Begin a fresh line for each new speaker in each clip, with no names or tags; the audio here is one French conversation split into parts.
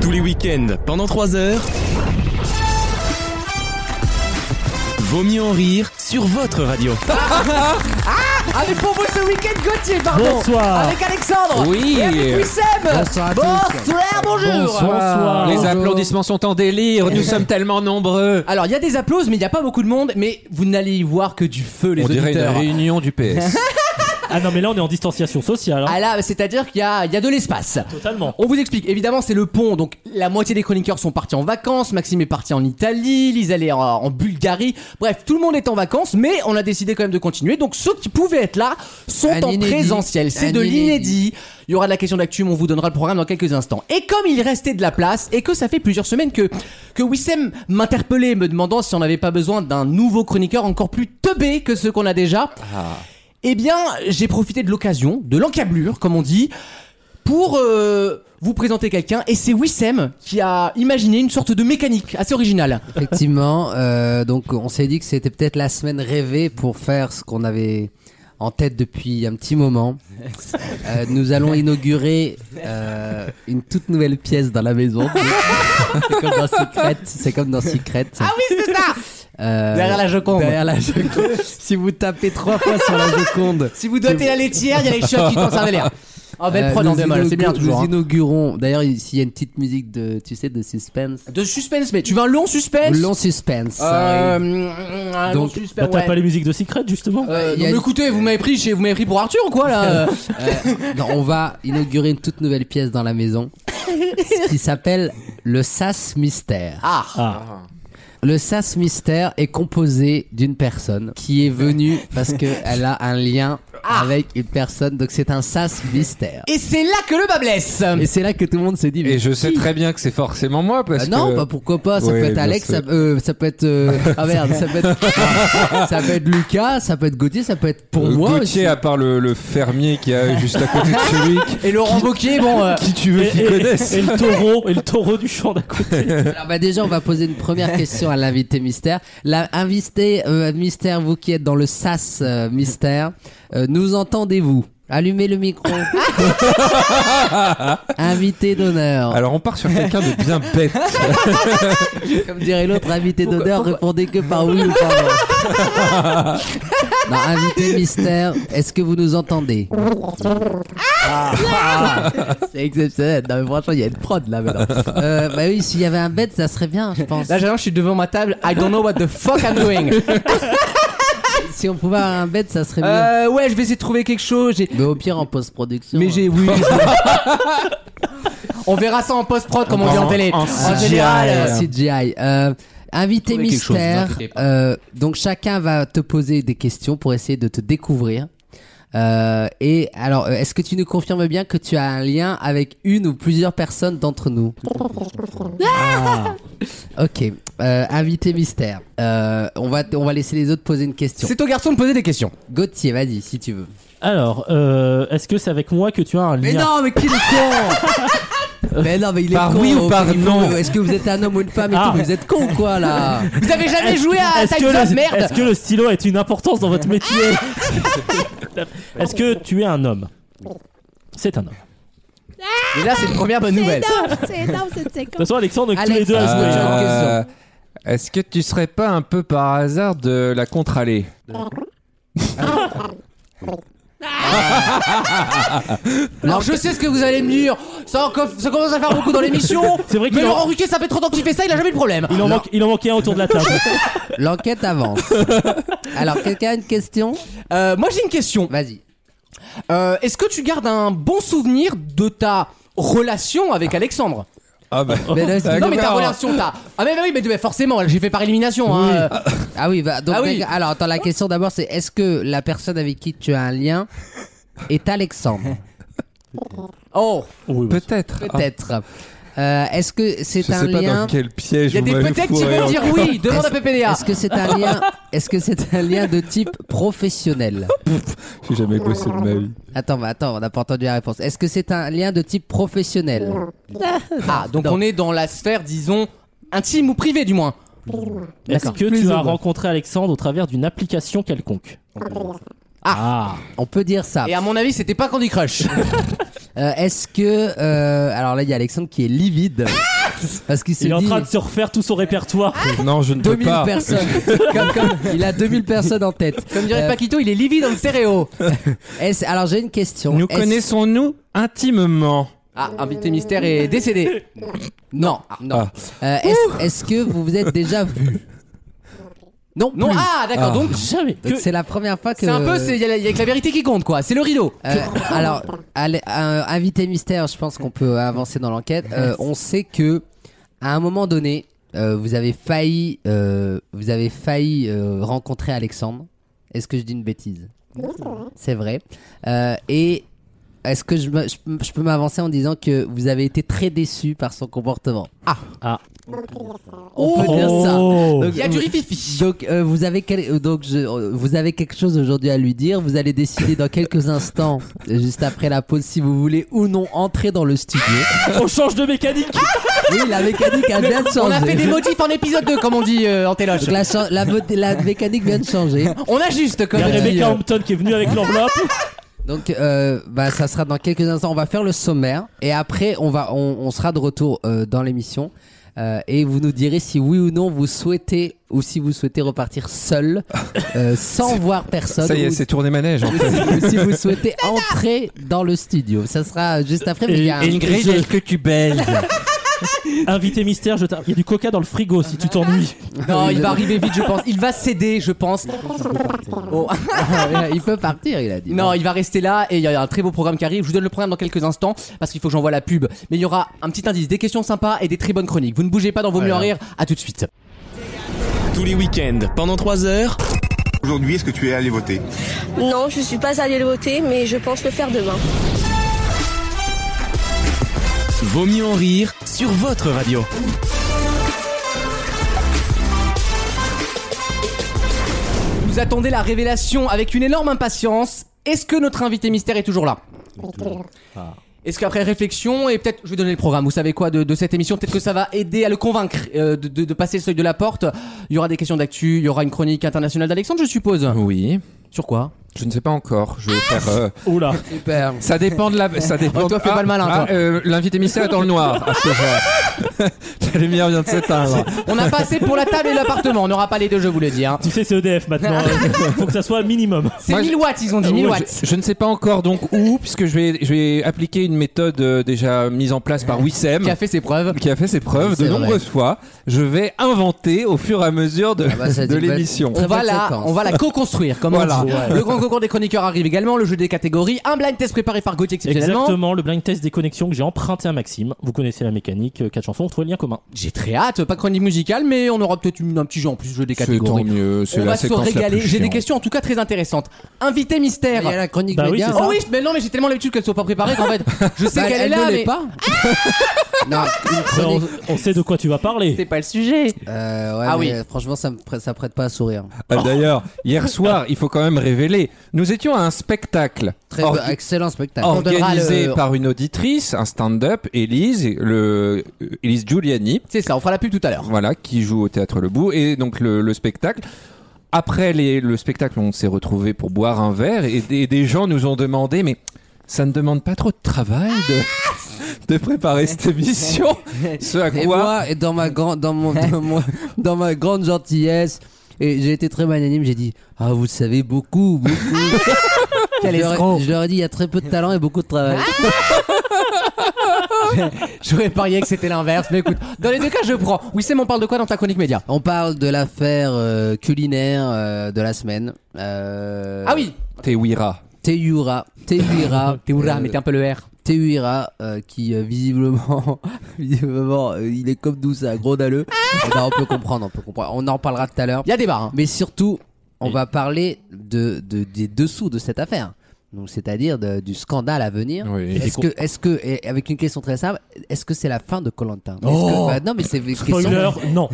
Tous les week-ends, pendant 3 heures. Vaut mieux en rire sur votre radio.
Avec pour vous ce week-end Gauthier, pardon.
Bonsoir.
Avec Alexandre.
Oui.
Et avec Wissem.
Bonsoir à tous.
Bonsoir, bonjour.
Bonsoir.
Les applaudissements sont en délire, nous sommes tellement nombreux.
Alors, il y a des applauses, mais il n'y a pas beaucoup de monde. Mais vous n'allez y voir que du feu, les
On dirait une
auditeurs.
réunion du PS.
Ah non, mais là, on est en distanciation sociale. hein.
Ah là, c'est-à-dire qu'il y a, il y a de l'espace.
Totalement.
On vous explique, évidemment c'est le pont, donc la moitié des chroniqueurs sont partis en vacances, Maxime est parti en Italie, Lisa elle est en, en Bulgarie, bref tout le monde est en vacances, mais on a décidé quand même de continuer, donc ceux qui pouvaient être là sont
Un
en
inédit.
présentiel, c'est
Un
de
inédit.
l'inédit, il y aura de la question d'actu, mais on vous donnera le programme dans quelques instants. Et comme il restait de la place, et que ça fait plusieurs semaines que, que Wissem m'interpellait, me demandant si on n'avait pas besoin d'un nouveau chroniqueur encore plus teubé que ceux qu'on a déjà,
Ah.
eh bien, j'ai profité de l'occasion, de l'encablure, comme on dit, pour euh, vous présenter quelqu'un. Et c'est Wissem qui a imaginé une sorte de mécanique assez originale.
Effectivement, euh, donc on s'est dit que c'était peut-être la semaine rêvée pour faire ce qu'on avait en tête depuis un petit moment. Euh, nous allons inaugurer euh, une toute nouvelle pièce dans la maison. C'est comme dans Secret. C'est comme dans Secret.
Ah oui, c'est ça
Euh,
Derrière la Joconde.
derrière la Joconde. si vous tapez trois fois sur la Joconde.
Si vous dotez la laitière, il y a les chiottes qui dansent à l'air. Oh, belle
euh,
prod en
nous
deux molles, c'est bien
inaugu-
toujours.
Nous
hein.
inaugurons. D'ailleurs, s'il y a une petite musique de, tu sais, de suspense.
De suspense, mais tu veux un long suspense
Long suspense.
Euh, mm, un long
Donc,
Bah,
suspense,
t'as
ouais.
pas les musiques de Secret, justement
Euh,
Il y
non,
a-
mais écoutez, vous m'avez pris, chez- vous m'avez pris pour Arthur ou quoi là
Euh, non, on va inaugurer une toute nouvelle pièce dans la maison ce qui s'appelle le SAS Mystère.
Ah,
Ah,
Le SAS Mystère est composé d'une personne qui est venue parce qu'elle a un lien avec une personne, donc c'est un SAS Mystère.
et c'est là que le bas blesse.
Et c'est là que tout le monde se dit. mais
Et je sais
qui
très bien que c'est forcément moi parce
Euh, non,
que.
bah pourquoi pas, ça
Ouais,
peut être
bien
Alex,
sûr.
ça, euh, ça peut être... euh, ah merde, ça peut être... ça peut être Lucas, ça peut être Gauthier, ça peut être pour
Euh,
moi
Gauthier, à part le, le fermier qui a juste à côté de chez lui, qui-
Et Laurent Wauquiez, bon, euh,
qui tu veux
et,
qu'il
et-
connaisse
et le taureau, et le taureau du champ d'à côté.
Alors bah déjà on va poser une première question à l'invité mystère. L'invité euh, mystère, vous qui êtes dans le sas euh, mystère, euh, nous entendez-vous Allumez le micro. invité d'honneur.
Alors on part sur quelqu'un de bien bête.
Comme dirait l'autre, invité d'honneur, répondez que par oui ou par non. Non, invité mystère, est-ce que vous nous entendez Ah, C'est exceptionnel. Non mais franchement, il y a une prod là maintenant. Euh, bah oui, s'il y avait un bête, ça serait bien, je pense.
là j'avoue, je suis devant ma table. I don't know what the fuck I'm doing.
Si on pouvait avoir un bête, ça serait bien.
Euh, ouais, je vais essayer de trouver quelque chose. j'ai-
Mais au pire en post-production.
Mais
hein.
j'ai, oui. j'ai- on verra ça en post-prod, comme on dit en
En-
télé.
en
En
CGI.
général. euh,
Euh, CGI. Euh, invité
Trouvez quelque chose,
mystère.
vous inquiétez pas.
euh, donc chacun va te poser des questions pour essayer de te découvrir. Euh, et alors, euh, est-ce que tu nous confirmes bien que tu as un lien avec une ou plusieurs personnes d'entre nous Ah. Ok. Euh, invité mystère. Euh, on va on va laisser les autres poser une question.
C'est au garçon de poser des questions.
Gauthier, vas-y si tu veux.
Alors, euh, est-ce que c'est avec moi que tu as un lien
Mais non, mais qui est con Mais non, mais il est
Par
con.
oui ou par
Il faut-
non
Est-ce que vous êtes un homme ou une femme et
Ah.
tout mais Vous êtes con ou quoi là
Vous avez jamais
Est-ce-
joué à
est-ce que
Time's Up,
le-
merde
Est-ce que le stylo est une importance dans votre métier Est-ce que tu es un homme C'est un homme. De
Et là, c'est une première bonne nouvelle.
C'est énorme cette séquence.
toute façon, Alexandre, tous
Alex,
les deux à jouer.
Euh,
Euh, Est-ce que tu serais pas un peu par hasard de la contre-allée
Alors, je sais ce que vous allez me dire. Ça, encore- ça commence à faire beaucoup dans l'émission.
C'est vrai qu'il
Mais
en-
Laurent Ruquier, ça fait trop temps qu'il fait ça, il a jamais eu de problème.
Il en, manque, il en manquait un autour de la table.
L'enquête avance. Alors, quelqu'un a une question
Euh, moi, j'ai une question.
Vas-y.
Euh, Est-ce que tu gardes un bon souvenir de ta relation avec Alexandre
Ah bah.
Mais là, c'est-
Non, mais ta
D'accord.
relation, t'as. Ah, mais, mais oui, mais, mais forcément, j'ai fait par élimination. hein. Euh,
Ah oui, va- donc,
Ah oui.
d'accord. alors attends, la question d'abord c'est est-ce que la personne avec qui tu as un lien est Alexandre
Oh,
Oui, oui.
Peut-être. Ah,
Peut-être. Euh, est-ce que c'est
Je
un
sais pas
lien
dans quel piège
il y a
vous
des
m'avez
peut-être qui
fourré hein.
vont dire
encore.
oui. Demande à
Est-ce-
PPDA.
Est-ce que c'est un lien Est-ce que c'est un lien de type professionnel
J'ai jamais bossé de ma vie.
Attends, bah, attends, on n'a pas entendu la réponse. Est-ce que c'est un lien de type professionnel
Ah, donc on est dans la sphère, disons, intime ou privée du moins.
Est-ce
D'accord.
que
Plus
tu as
ou moins.
rencontré Alexandre au travers d'une application quelconque Ah,
On peut dire ça.
Et à mon avis, c'était pas Candy Crush.
Euh, Est-ce que euh, alors là il y a Alexandre qui est livide.
Ah
Parce qu'il s'est
Il est en
dit
train de se refaire tout son répertoire.
Non, je ne peux
2000
pas.
personnes. comme, comme- il a 2000 personnes en tête.
Comme dirait
Euh,
Paquito, il est livide dans le stéréo.
est-ce- alors j'ai une question.
Nous
Est-ce-
connaissons-nous intimement
Ah, invité mystère est décédé. Non, Ah, non.
euh, est-ce, est-ce que vous vous êtes déjà vu Non,
Non,
plus.
ah, d'accord,
Ah.
donc.
Jamais.
Donc,
Que-
c'est la première fois que.
C'est un peu, c'est- il y, a la- il y a que la vérité qui compte, quoi. C'est le rideau.
Euh, alors, allez, euh, invité mystère, je pense qu'on peut avancer dans l'enquête. Euh, on sait que à un moment donné, euh, vous avez failli, euh, vous avez failli euh, rencontrer Alexandre. Est-ce que je dis une bêtise C'est vrai. Euh, et est-ce que je, me- je, je peux m'avancer en disant que vous avez été très déçu par son comportement
On
peut dire ça.
Oh.
Il y a du rififi.
Donc euh, vous avez quel- euh, donc je, euh, vous avez quelque chose aujourd'hui à lui dire. Vous allez décider dans quelques instants, euh, juste après la pause, si vous voulez ou non entrer dans le studio.
On change de mécanique.
Oui, la mécanique a bien changé.
On a fait des motifs en épisode 2, comme on dit euh, en téloche.
Donc la, cha- la mo- la mécanique vient de changer.
On ajuste,
Il
comme
y a
on dit,
Rebecca
euh,
Hampton qui est venue avec l'enveloppe.
Donc euh, bah, ça sera dans quelques instants. On va faire le sommaire et après on va on, on sera de retour euh, dans l'émission. Euh, et vous nous direz si oui ou non vous souhaitez ou si vous souhaitez repartir seul euh, sans voir personne
Ça y est,
ou
c'est tourné manège. en fait.
si, si vous souhaitez entrer dans le studio. Ça sera juste après, mais il y a un-
grille, est-ce que tu baises Invité mystère, je t'in- il y a du coca dans le frigo si tu t'ennuies.
Non, il va arriver vite, je pense. Il va céder, je pense. Oh.
il peut partir, il a dit.
Non, il va rester là et il y a un très beau programme qui arrive. Je vous donne le programme dans quelques instants parce qu'il faut que j'envoie la pub. Mais il y aura un petit indice, des questions sympas et des très bonnes chroniques. Vous ne bougez pas dans vos mieux en rire. À tout de suite.
Tous les week-ends, pendant 3 heures,
Aujourd'hui, est-ce que tu es allé voter
Non, je suis pas allée le voter, mais je pense le faire demain.
Vaut mieux en rire sur votre radio.
Vous attendez la révélation avec une énorme impatience. Est-ce que notre invité mystère est toujours là Ah. Est-ce qu'après réflexion et peut-être je vais donner le programme. Vous savez quoi de, de cette émission Peut-être que ça va aider à le convaincre euh, de, de- de passer le seuil de la porte. Il y aura des questions d'actu, il y aura une chronique internationale d'Alexandre, je suppose.
Oui.
Sur quoi
Je ne sais pas encore. Je vais faire. euh,
Oula.
Super.
Ça dépend de la. Ça dépend.
Oh, toi, fais pas le malin, toi.
euh, L'invité mystère est dans le noir. à ce que je vois. La lumière vient de s'éteindre.
On a pas assez pour la table et l'appartement. On n'aura pas les deux, je vous le dis. hein.
Tu sais, c'est EDF maintenant. euh, Faut que ça soit minimum.
C'est
Moi,
1000
je-
watts, ils ont dit
Euh,
1000
moi,
watts.
Je, je ne sais pas encore donc où, puisque je vais, je vais appliquer une méthode euh, déjà mise en place par Wissem.
Qui a fait ses preuves.
qui a fait ses preuves de
C'est vrai.
nombreuses fois. Je vais inventer au fur et à mesure de,
Ah bah, ça
de
dit une bonne-
l'émission.
On
Très
va,
bonne
la,
séquence.
on va la co-construire, comme
Voilà.
on dit. Le grand concours des chroniqueurs arrive également, le jeu des catégories, un blind test préparé par Gauthier exceptionnellement.
Exactement, le blind test des connexions que j'ai emprunté à Maxime. Vous connaissez la mécanique, 4 chansons, on trouve le lien commun.
J'ai très hâte, pas de chronique musicale, mais on aura peut-être une- un petit jeu en plus, jeu des
C'est tant
catégories.
mieux, c'est
On
la
va se
séquence la
régaler.
plus
J'ai des
chiante.
questions en tout cas très intéressantes. Invité
Il y
mystère.
a la chronique
Bah oui,
média.
c'est ça.
Oh oui, je- mais non, mais j'ai tellement l'habitude qu'elle soit pas préparée qu'en fait, je sais
Bah,
qu'elle est
elle ne
là,
l'est
mais Bah,
pas. non, une
Ça, on,
chronique.
on sait de quoi tu vas parler.
c'est pas le sujet.
Euh, ouais,
Ah
mais
oui.
Franchement, ça, me prête- ça prête pas à sourire.
Ah, D'ailleurs, hier soir, il faut quand même révéler, nous étions à un spectacle
Très
orga-
bon, excellent spectacle. euh,
on donnera
organisé
le-
par une auditrice, un stand-up, Élise, le, euh, Élise Giuliani,
C'est ça, on fera la pub tout à l'heure.
voilà, qui joue au Théâtre Le Bout, et donc le, le spectacle. Après les- le spectacle, on s'est retrouvés pour boire un verre, et, des- des gens nous ont demandé, mais ça ne demande pas trop de travail de, de préparer cette émission Ce à
Et
quoi
moi, et dans ma grande, dans mon, dans mon- dans ma grande gentillesse, et j'ai été très magnanime. J'ai dit, ah, vous savez beaucoup, beaucoup.
Quel
je, leur,
escroc.
je leur ai dit, il y a très peu de talent et beaucoup de travail.
Ah J'aurais parié que c'était l'inverse, mais écoute, dans les deux cas, je prends. Oui, c'est on parle de quoi dans ta chronique média
On parle de l'affaire euh, culinaire euh, de la semaine. Euh,
Ah oui,
T'es Ouira.
Teyura. Teyura.
t'es oula,
euh,
mettez un peu le R.
Teyuira, euh, qui euh, visiblement, visiblement euh, il est comme nous, c'est un gros dalleux.
Ah
Eh ben, on peut comprendre, on peut comprendre. On en parlera tout à l'heure.
Il y a des barres. hein.
Mais surtout, on
Et-
va parler de, de- des dessous de cette affaire. Donc, c'est-à-dire de- du scandale à venir.
Oui.
Est-ce que, est-ce que, et avec une question très simple, est-ce que c'est la fin de Colantin
Oh
bah, Non, mais c'est une
Spoiler,
question,
non.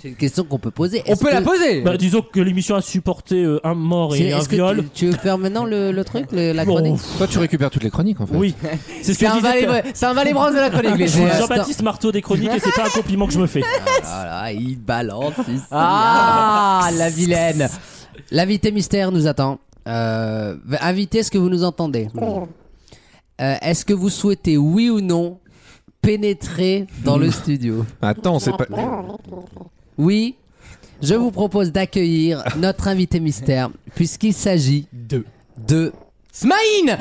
c'est une question qu'on peut poser.
On
Euh, Est-ce
peut
que-
la poser.
Bah, disons que l'émission a supporté euh, un mort
c'est-
et un
Est-ce que
viol.
tu, tu veux faire maintenant le, le truc, le- la
Bon,
chronique
pff,
Toi, tu récupères toutes les chroniques en fait.
oui, c'est ce que
C'est
je
un
disais.
valet, c'est un valet bronze de la chronique. les
Je
gens.
suis Jean-Baptiste Marteau des chroniques et c'est pas un compliment que je me fais.
Ah là, il balance. ici.
Ah, la vilaine.
L'invité mystère nous attend. Euh, invité, est-ce que vous nous entendez Euh, Est-ce que vous souhaitez, oui ou non, pénétrer dans le studio.
Attends, c'est
Ah
pas.
Oui, je vous propose d'accueillir notre invité mystère, puisqu'il s'agit de. De.
Smaïn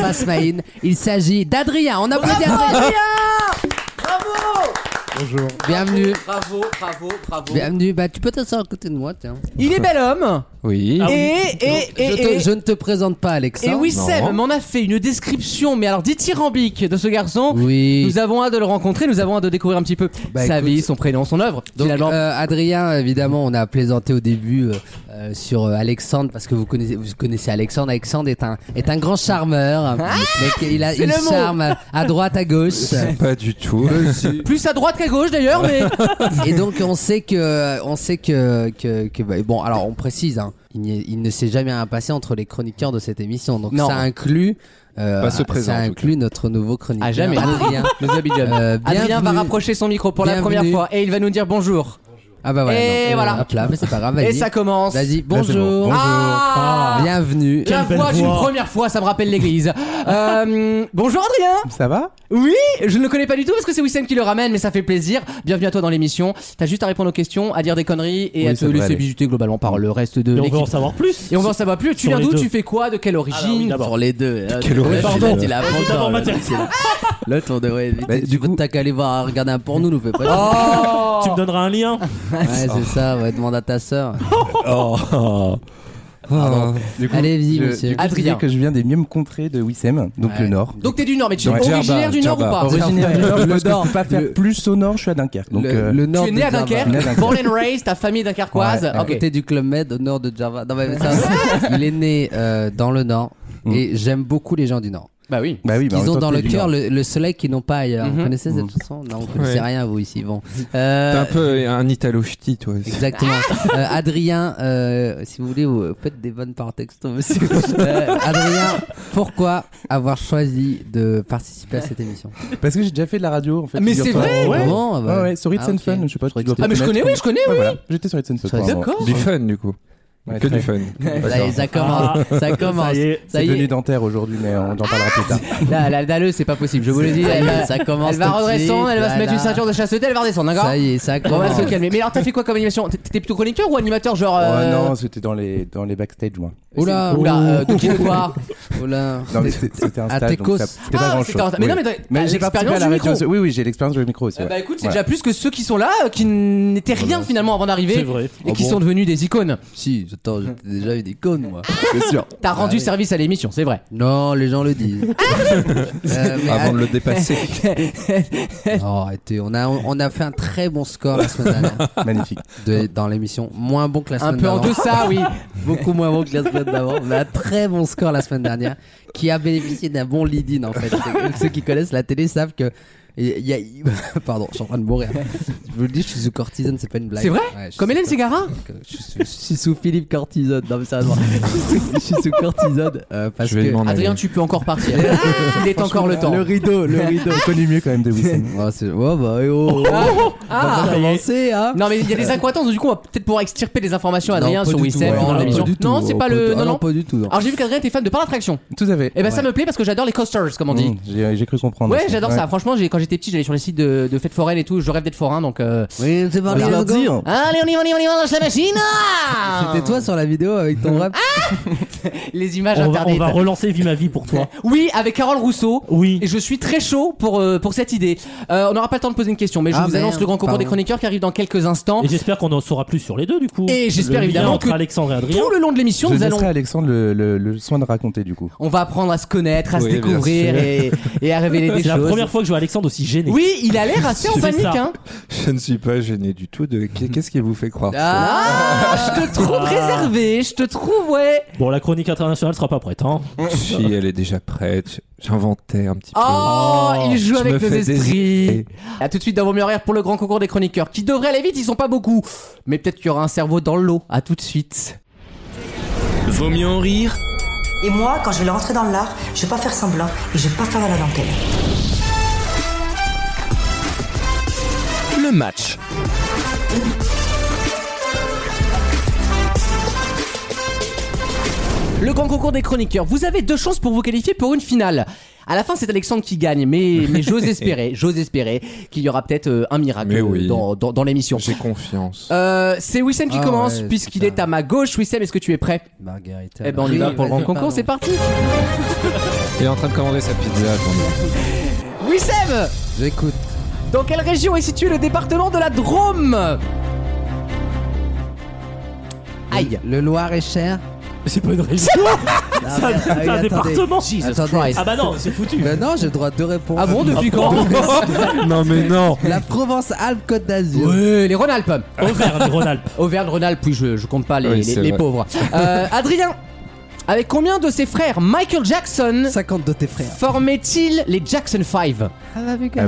pas Smaïn, il s'agit d'Adrien. On applaudit Adrien.
Bravo
Bienvenue.
Bravo, bravo, bravo.
Bienvenue. Bah, tu peux t'asseoir à côté de moi, tiens.
Il est bel homme
Oui.
Ah oui.
et, et, et,
je, te-
et-
je ne te présente pas,
et
Alexandre.
Wissem
Non.
m'en a fait une description, mais alors dithyrambique de ce garçon.
Oui.
Nous avons hâte de le rencontrer, nous avons hâte de découvrir un petit peu
Bah,
sa
écoute.
vie, son prénom, son œuvre.
Donc,
finalement.
euh, Adrien, évidemment, on a plaisanté au début euh, euh, sur euh, Alexandre parce que vous connaissez, vous connaissez Alexandre. Alexandre est un est un grand charmeur. mais il a
Ah C'est
il
le mot.
charme à droite à gauche.
Pas du tout.
Plus à droite qu'à gauche d'ailleurs, mais
Et donc on sait que on sait que que, que- bah, bon alors on précise hein, il, n'y- il ne s'est jamais rien passé entre les chroniqueurs de cette émission. Donc
Non.
ça inclut euh,
Pas se présent,
ça
en tout
inclut notre nouveau chroniqueur.
À jamais.
Adrien.
Nos Abidjan.
Euh,
Adrien va
bienvenue.
rapprocher son micro pour la
Bienvenue.
première fois et il va nous dire bonjour.
Ah bah voilà.
Et
non.
voilà.
Hop là, mais c'est pas grave. Vas-y.
Et ça commence.
Vas-y. Bonjour.
Ah
Bienvenue.
La
Quelle belle
voix d'une
voix.
première fois, ça me rappelle l'église. Euh, bonjour Adrien
Ça va
Oui, je ne le connais pas du tout parce que c'est Wissem qui le ramène, mais ça fait plaisir. Bienvenue à toi dans l'émission. T'as juste à répondre aux questions, à dire des conneries et
Oui,
à te
ça devrait
laisser
aller.
bijuter globalement par le reste de
Mais on veut en
l'équipe.
savoir plus.
Et on va en savoir plus. Tu
Sur
viens
les
d'où
deux.
Tu fais quoi De quelle
Ah, oui,
origine
d'abord.
Sur les deux.
hein.
euh,
Quelle
l'autre,
origine.
l'autre, il a
Oh,
Pardon. Ah,
inventé,
D'abord,
euh,
m'intéresse.
L'autre, on devrait éviter.
Bah, du
Tu veux
coup-
t'as qu'à aller voir, regarder un porno, nous fais pas.
Oh
Tu me donneras un lien.
Ouais, c'est ça, ouais, demande à ta sœur.
Ah. Oh. Du coup,
Allez-y,
je-
monsieur.
Je
Adrien.
disais que je viens des mêmes contrées de Wissem, donc euh,
Ouais.
le Nord.
Donc t'es du Nord, mais tu es
Donc,
originaire
Djerba,
du Nord ou
Djerba.
pas
Originaire du Nord,
Le
je pense que
Nord.
je peux pas faire
Le-
plus au Nord, je suis à Dunkerque. Donc,
le,
euh,
le nord
Tu es né
de
à
Java.
Dunkerque,
Né à Dunkerque.
born and raised, ta famille dunkerquoise.
Ouais,
À
Ok.
côté du Club Med, au nord de Java. Non, mais ça, il est né euh, dans le Nord et j'aime beaucoup les gens du Nord.
Bah oui.
bah Mm. oui, bah,
Ils ont
autant
dans
que
le
du
cœur
Nord. Mm.
le, le soleil qu'ils n'ont pas ailleurs. Vous
Mhm.
connaissez cette chanson Non, vous connaissez
Ouais.
rien, vous ici. Bon.
T'es
Euh,
un peu un italo ch'ti, toi. aussi.
Exactement. Euh, Adrien, euh, si vous voulez, vous faites des bonnes par texto, monsieur. Euh, Adrien, pourquoi avoir choisi de participer à cette émission
Parce que j'ai déjà fait de la radio en fait.
Mais c'est
figure-toi.
vrai
Ouais.
Vraiment Ah bah.
Ouais, ouais, sur It's
Ah,
and
ok.
Fun, je sais pas,
Je
tu
crois
dois
que
Ah
pas
mais je
connaître.
connais, oui, je connais,
Ouais,
oui.
voilà. J'étais sur It's and Fun.
Sur It's and
apparemment.
D'accord.
Du fun, du coup.
Ouais,
que
très-
du fun.
Ah, Ça, y est, ça
Ah,
commence. ça commence.
Ça y est.
Ça
C'est
y
devenu
est.
dentaire aujourd'hui, mais on en parlera plus tard.
La, la dalleuse, c'est pas possible, je vous le dis.
Ça y
Elle
est,
va,
ça commence.
elle va
tout de
redescendre,
suite,
elle va se
voilà.
mettre une ceinture de chasseté, elle va redescendre, d'accord
Ça y est, ça
On va
commence.
se calmer. Mais alors, t'as fait quoi comme animation T- T'étais plutôt chroniqueur ou animateur Genre.
Oh
euh,
non, c'était dans les, dans les backstage, moi.
Oula,
c'est- Oula, euh, donc il est quoi
Oula.
Non, mais c'est- c'était un
À
stage, donc
Tecos.
ça- c'était
Ah,
pas grand
c'était un-
chose.
mais non, mais t'as- t'as
j'ai participé à
l'expérience
la
du
radio.
micro.
Oui, oui, j'ai l'expérience du micro aussi.
Euh,
ouais.
Bah écoute, c'est
Voilà.
déjà plus que ceux qui sont là, euh, qui n'étaient rien finalement avant
C'est
d'arriver
vrai.
et qui
Oh bon
sont devenus des icônes.
Si, attends, j'ai déjà eu des cônes, moi.
C'est sûr.
T'as rendu
oui.
service à l'émission, c'est vrai.
Non, les gens le disent.
Ah
Euh, mais
Avant de le dépasser.
Oh, arrêtez, on a, on a fait un très bon score la semaine dernière
Magnifique.
de- dans l'émission. Moins bon que la
Un
semaine
peu en
d'avant.
deçà, oui.
Beaucoup moins bon que la semaine d'avant. On a un très bon score la semaine dernière qui a bénéficié d'un bon lead-in en fait. C'est- Ceux qui connaissent la télé savent que. et il y a- Pardon, je suis en train de mourir. Je vous le dis, je suis sous cortisone, c'est pas une blague.
C'est vrai
Ouais, je
Comme
suis-
Hélène Ségara
je, suis- je suis sous Philippe Cortisone. Non, mais sérieusement. Je suis sous, je suis sous cortisone euh, parce
Je vais
que.
demander.
Adrien, tu peux encore partir. Il est encore le temps.
Le rideau, le rideau. On connaît mieux quand même de Wissem.
Oh, c'est- oh, bah, oh, oh.
Ah,
on va commencer, hein.
Non mais il y a des incohérences, du coup on va peut-être pouvoir extirper des informations à
Non,
Adrien
pas
sur
du tout,
Wissem
ouais,
pendant
non,
l'émission.
pas du tout,
Non, c'est
on
pas
peut-
le.
ah
Non, non.
pas du tout. non.
Alors j'ai vu qu'Adrien était fan de par attraction.
Tout à fait.
Et ben ça
Ouais.
me plaît parce que j'adore les coasters, comme on dit.
Mm.
Mmh, J'ai j'ai cru comprendre.
Ouais,
aussi.
j'adore ça. Franchement, j'ai- quand j'étais petit, j'allais sur les sites de, de fêtes foraines et tout. Je rêve d'être forain, donc. euh,
Oui,
Ah,
c'est parti,
Voilà.
Logo.
Dire.
Allez, on y va, on y va, on y va, on lâche la machine ah
C'était toi sur la vidéo avec ton rap.
Les images
On va, on
interdites.
va relancer Vie ma vie pour toi.
Oui, avec Carole Rousseau.
Oui.
Et je suis très chaud pour, euh, pour cette idée. Euh, on n'aura pas le temps de poser une question, mais je
Ah,
vous annonce
merde.
le grand concours des
Pardon.
chroniqueurs qui arrive dans quelques instants.
Et j'espère qu'on en saura plus sur les deux du coup.
Et j'espère
Le lien
évidemment
entre
que
Alexandre et Adrien.
Tout le long de l'émission,
Je
nous allons
laisserai Alexandre le, le- le soin de raconter du coup.
On va apprendre à se connaître, à se
Oui, bien
découvrir et, et à révéler des
C'est la
choses.
première fois que je vois Alexandre aussi gêné.
Oui, il a l'air assez en
C'est
panique.
ça.
Hein.
Je ne suis pas gêné du tout de. Qu'est-ce qui vous fait croire ça
Mhm. Ah, je te trouve
Ah.
réservé, je te trouve, ouais.
Bon, la chronique internationale sera pas prête.
Ah
Hein.
Si, elle est déjà prête. J'inventais un petit peu.
Oh, il joue
je me
avec nos
fais
esprits.
désirer.
À tout de suite dans Vos mieux rire pour le grand concours des chroniqueurs, qui devrait aller vite, ils sont pas beaucoup. Mais peut-être qu'il y aura un cerveau dans l'eau. À tout de suite.
Vaut mieux en rire
Et moi, quand je vais rentrer dans l'art, je vais pas faire semblant et je vais pas faire à la dentelle.
le match.
Le grand concours des chroniqueurs, vous avez deux chances pour vous qualifier pour une finale. À la fin, c'est Alexandre qui gagne, mais, mais j'ose espérer, j'ose espérer qu'il y aura peut-être euh, un miracle
Mais oui.
euh, dans, dans, dans l'émission.
J'ai confiance.
Euh, c'est Wissem qui
Ah
commence,
ouais,
puisqu'il
putain.
est à ma gauche. Wissem, est-ce que tu es prêt
Margarita.
Eh ben, on y va
Oui,
pour le grand
vas-y,
concours,
pardon.
c'est parti
Il est en train de commander sa pizza. attendez.
Wissem
J'écoute.
Dans quelle région est situé le département de la Drôme Aïe
Le Loir est cher.
C'est pas une région.
Ah,
Ça-
merde.
c'est
Ah oui,
un
attendez.
département.
Jesus
Attendez.
Christ.
Ah bah non, c'est foutu.
Ben non, j'ai le droit à deux réponses.
Ah bon, depuis quand
non mais non.
La Provence-Alpes-Côte d'Azur.
Ouais, les Rhône-Alpes
Auvergne-Rhône-Alpes.
Auvergne-Rhône-Alpes, oui, je, je compte pas les,
Oui,
les-
c'est
les
vrai.
pauvres. Euh, Adrien, avec combien de ses frères Michael Jackson
50 de tes frères.
formait-il les Jackson 5
Ah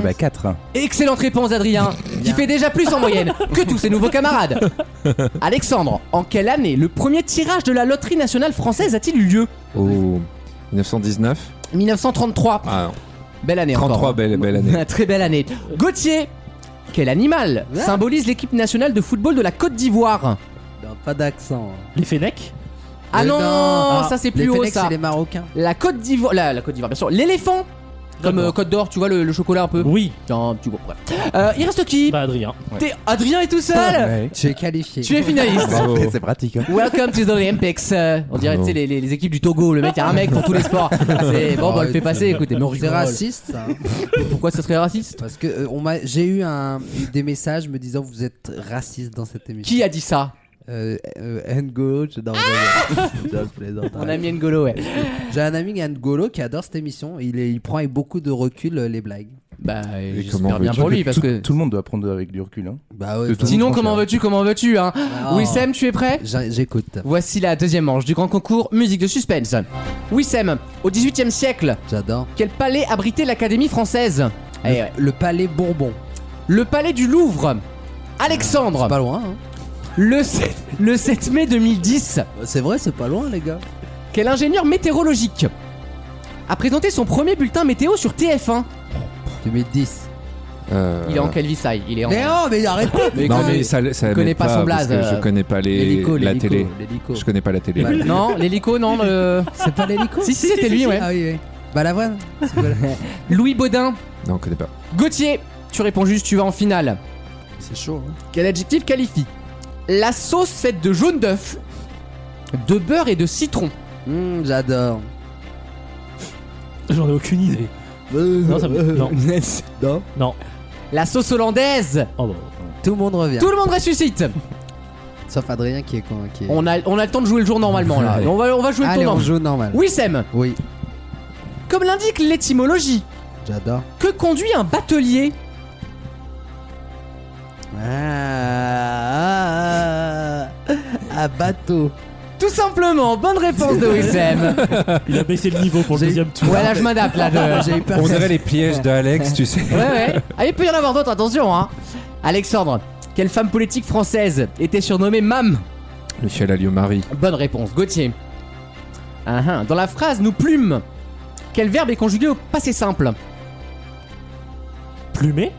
bah 4.
Excellente réponse, Adrien, qui fait déjà plus en moyenne que tous ses nouveaux camarades. Alexandre, en quelle année le premier tirage de la loterie nationale française a-t-il eu lieu
Oh. 1919
1933.
Ah non.
Belle année
33,
encore.
belle, belle année.
Très belle année. Gauthier, quel animal symbolise l'équipe nationale de football de la Côte d'Ivoire
Non, pas d'accent.
Les Fennecs.
Ah
Mais
non,
Euh, non. Ah,
ça c'est
Les
plus haut
Phoenix,
ça.
c'est les Marocains.
La Côte d'Ivoire, la, la Côte d'Ivoire, bien sûr. L'éléphant, comme
D'accord.
euh, Côte d'Or, tu vois le, le chocolat un peu.
Oui.
Tiens, tu vois, bref. Euh, il reste qui
Bah Adrien.
T'es- Adrien est tout seul.
Ouais.
Tu es qualifié.
Tu es finaliste.
Bravo.
C'est pratique. hein.
Welcome to the Olympics. Euh, on dirait
Bravo.
tu sais, les, les- les équipes du Togo. Le mec, il y a un mec pour tous les sports. C'est- Bon, bah, on le fait passer. Écoutez, mais on
C'est
rigole.
raciste, ça.
Pourquoi ça serait raciste
Parce que euh, on m'a- j'ai eu un- eu des messages me disant vous êtes raciste dans cette émission.
Qui a dit ça
euh, euh, N'Golo, je non, je- je plaisante.
On a mis N'Golo, ouais.
J'ai un ami N'Golo qui adore cette émission. Il, est- il prend avec beaucoup de recul euh, les blagues.
Bah,
Et comment
j'espère bien
veux-tu
pour lui
Tout-
parce que.
Tout le monde doit prendre avec du recul. hein.
Bah ouais.
De tout
bah-
le
Sinon,
monde
comment
confirme.
veux-tu Comment veux-tu hein
Non.
Wissem, tu es prêt
J'a- J'écoute.
Voici la deuxième manche du grand concours musique de suspense. Wissem, au XVIIIe siècle,
J'adore.
quel palais abritait l'Académie française Eh ouais.
Le Palais Bourbon.
Le palais du Louvre. Alexandre,
Pas loin. hein.
le, 7, le 7 mai 2010,
Bah, C'est vrai, c'est pas loin, les gars.
quel ingénieur météorologique a présenté son premier bulletin météo sur TF1
2010.
Euh,
Il est en quelle visaille Il est en.
Mais oh, mais arrête pas.
Mais
Non
écoute,
mais ça, ça
je connais
m'aide
pas son
parce
blaze,
que
euh,
Je connais pas les,
L'hélico,
la
l'hélico,
télé.
l'hélico.
Je connais pas la télé.
Bah,
Non, l'hélico, non, le.
C'est pas l'hélico
Si, si, c'était lui, ouais.
Ah oui, oui. Balavoine C'est pas la-
Louis Baudin.
Non, je connais pas.
Gauthier, tu réponds juste, tu vas en finale.
C'est chaud. hein.
Quel adjectif qualifie La sauce faite de jaune d'œuf, de beurre et de citron.
Hum, J'adore.
J'en ai aucune idée. Non, ça me... non.
Euh, Non.
non.
La sauce hollandaise.
Oh, bah.
Tout le monde revient.
Tout le monde ressuscite.
Sauf Adrien qui est con. Qui est-
On a, on a le temps de jouer le jour normalement là.
Allez.
On va, on va jouer le
Allez,
tour
on
normal.
joue normal.
Oui, Sam.
Oui,
Comme l'indique l'étymologie,
j'adore.
que conduit un batelier
Ah, ah, ah, ah, bateau.
Tout simplement, bonne réponse de Wissem.
Il a baissé le niveau pour le
J'ai-
deuxième tour.
ouais, là je m'adapte là. je-
J'ai eu peur.
On dirait les pièges d'Alex, tu sais.
Ouais, ouais. Ah, il peut y en avoir d'autres, attention hein. Alexandre, quelle femme politique française était surnommée Mam
Michel Alliot-Marie.
Bonne réponse, Gauthier. Ah, ah. Dans la phrase nous plume, quel verbe est conjugué au passé simple
Plumé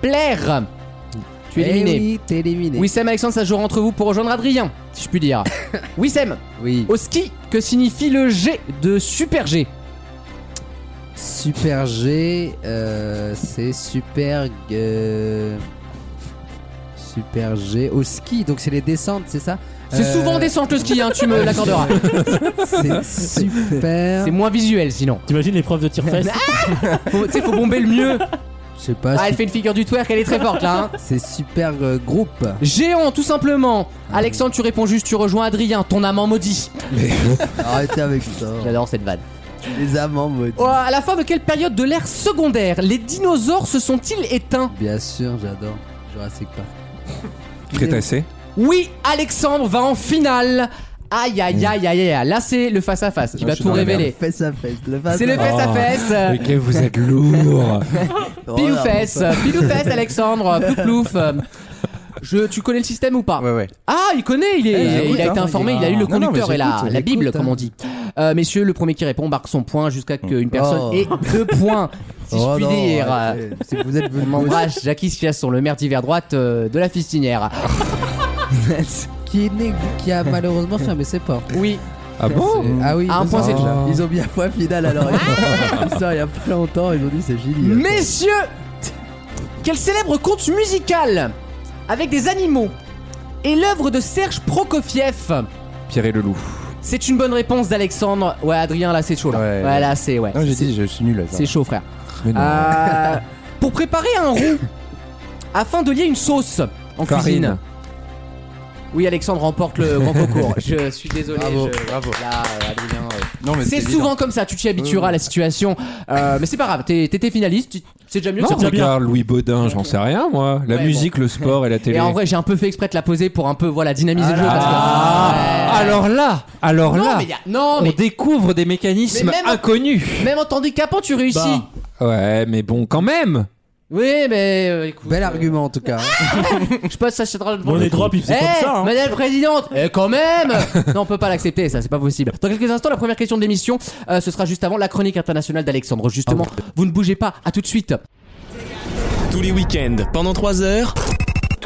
Plaire. Tu es
Eh
éliminé.
Oui, t'es éliminé.
Wissem Alexandre, ça joue entre vous pour rejoindre Adrien, si je puis dire. Wissem,
Oui.
au ski, que signifie le G de Super G
Super G, euh, c'est super. euh, super G au ski, donc c'est les descentes, c'est ça
C'est
Euh,
souvent en descente le ski, hein, tu me l'accorderas.
C'est super.
C'est moins visuel sinon.
T'imagines l'épreuve de tire-fesse
Faut, tu sais, faut bomber le mieux.
Je sais pas.
Ah, elle
su-
fait une figure du twerk, elle est très forte là. hein.
C'est super euh, groupe.
Géant, tout simplement.
Ah,
Alexandre, tu réponds juste, tu rejoins Adrien, ton amant maudit.
Arrêtez avec ça.
J'adore cette vanne.
Les amants maudits.
Oh, à la fin de quelle période de l'ère secondaire les dinosaures se sont-ils éteints
Bien sûr, j'adore. Jurassic Park.
Crétacé.
Oui, Alexandre va en finale. Aïe aïe aïe aïe aïe. Là, c'est le face à face. Tu
Ah,
Non,
vas
je suis
tout
dans la
révéler.
Fesse à fesse. Le face
C'est le
à-
face à face.
Ok, vous êtes lourd.
Oh,
Pile ou
la
fesse,
honte.
pile ou fesse, Alexandre, plouf plouf. Je, tu connais le système ou pas
Ouais, ouais.
Ah, il connaît, il, est, il
Eh,
a-
j'écoute,
il a été
hein,
informé, il a eu le
j'écoute. Non, non, mais
conducteur et la,
j'écoute,
la Bible,
j'écoute,
comme on
hein.
dit. Euh, messieurs, le premier qui répond marque son point jusqu'à ce qu'une personne
Oh.
ait deux points, si
Oh
je puis
non,
dire.
arrêtez. Si vous êtes
On
venu
embrasse Jackie Siasson, le maire d'hiver droite euh, de la Fistinière.
qui est né, qui a malheureusement fermé ses portes.
Oui,
Ah bon
Ah oui,
À Mm. un
deux
point,
ans.
c'est déjà. Ah.
Ils ont mis un point final alors. Ça, il y a pas longtemps, ils ont dit c'est Gilly.
Messieurs, quel célèbre conte musical avec des animaux est l'œuvre de Serge Prokofiev
Pierre et le loup.
C'est une bonne réponse d'Alexandre. Ouais, Adrien, là c'est chaud là.
Ouais,
Ouais,
ouais.
là c'est ouais.
Non, j'ai
C'est-
dit, je suis nul à ça.
c'est chaud, frère.
Mais non.
Euh, pour préparer un roux, afin de lier une sauce en cuisine.
Farine.
Oui, Alexandre remporte le grand concours. Je suis désolé.
Bravo,
je-
bravo.
Là, euh, Adrien, euh,
Non, mais
C'est
évident.
souvent comme ça, tu t'y habitueras à la situation. Euh, mais c'est pas grave, t'es- t'étais finaliste, tu- c'est déjà mieux.
Non,
c'est déjà bien.
regarde Louis Baudin, j'en sais rien moi. La
Ouais,
musique, le sport et la télé.
Et en vrai, j'ai un peu fait exprès de la poser pour un peu voilà dynamiser le jeu. parce que-
Ah,
Ouais.
alors là, alors
non,
là,
mais y a- non,
on
mais
découvre des mécanismes
Mais même-
inconnus.
même en handicapant, tu réussis.
Bah.
Ouais, mais bon, quand même.
Oui, mais euh, écoute,
Bel
euh,
argument en tout cas.
je passe ça chez
Bon, les drops, ils
Eh,
faisaient comme ça. hein.
Madame la Présidente, eh, quand même Non, on peut pas l'accepter, ça, c'est pas possible. Dans quelques instants, la première question de l'émission, euh, ce sera juste avant la chronique internationale d'Alexandre. Justement, vous ne bougez pas, à tout de suite.
Tous les week-ends, pendant 3 heures.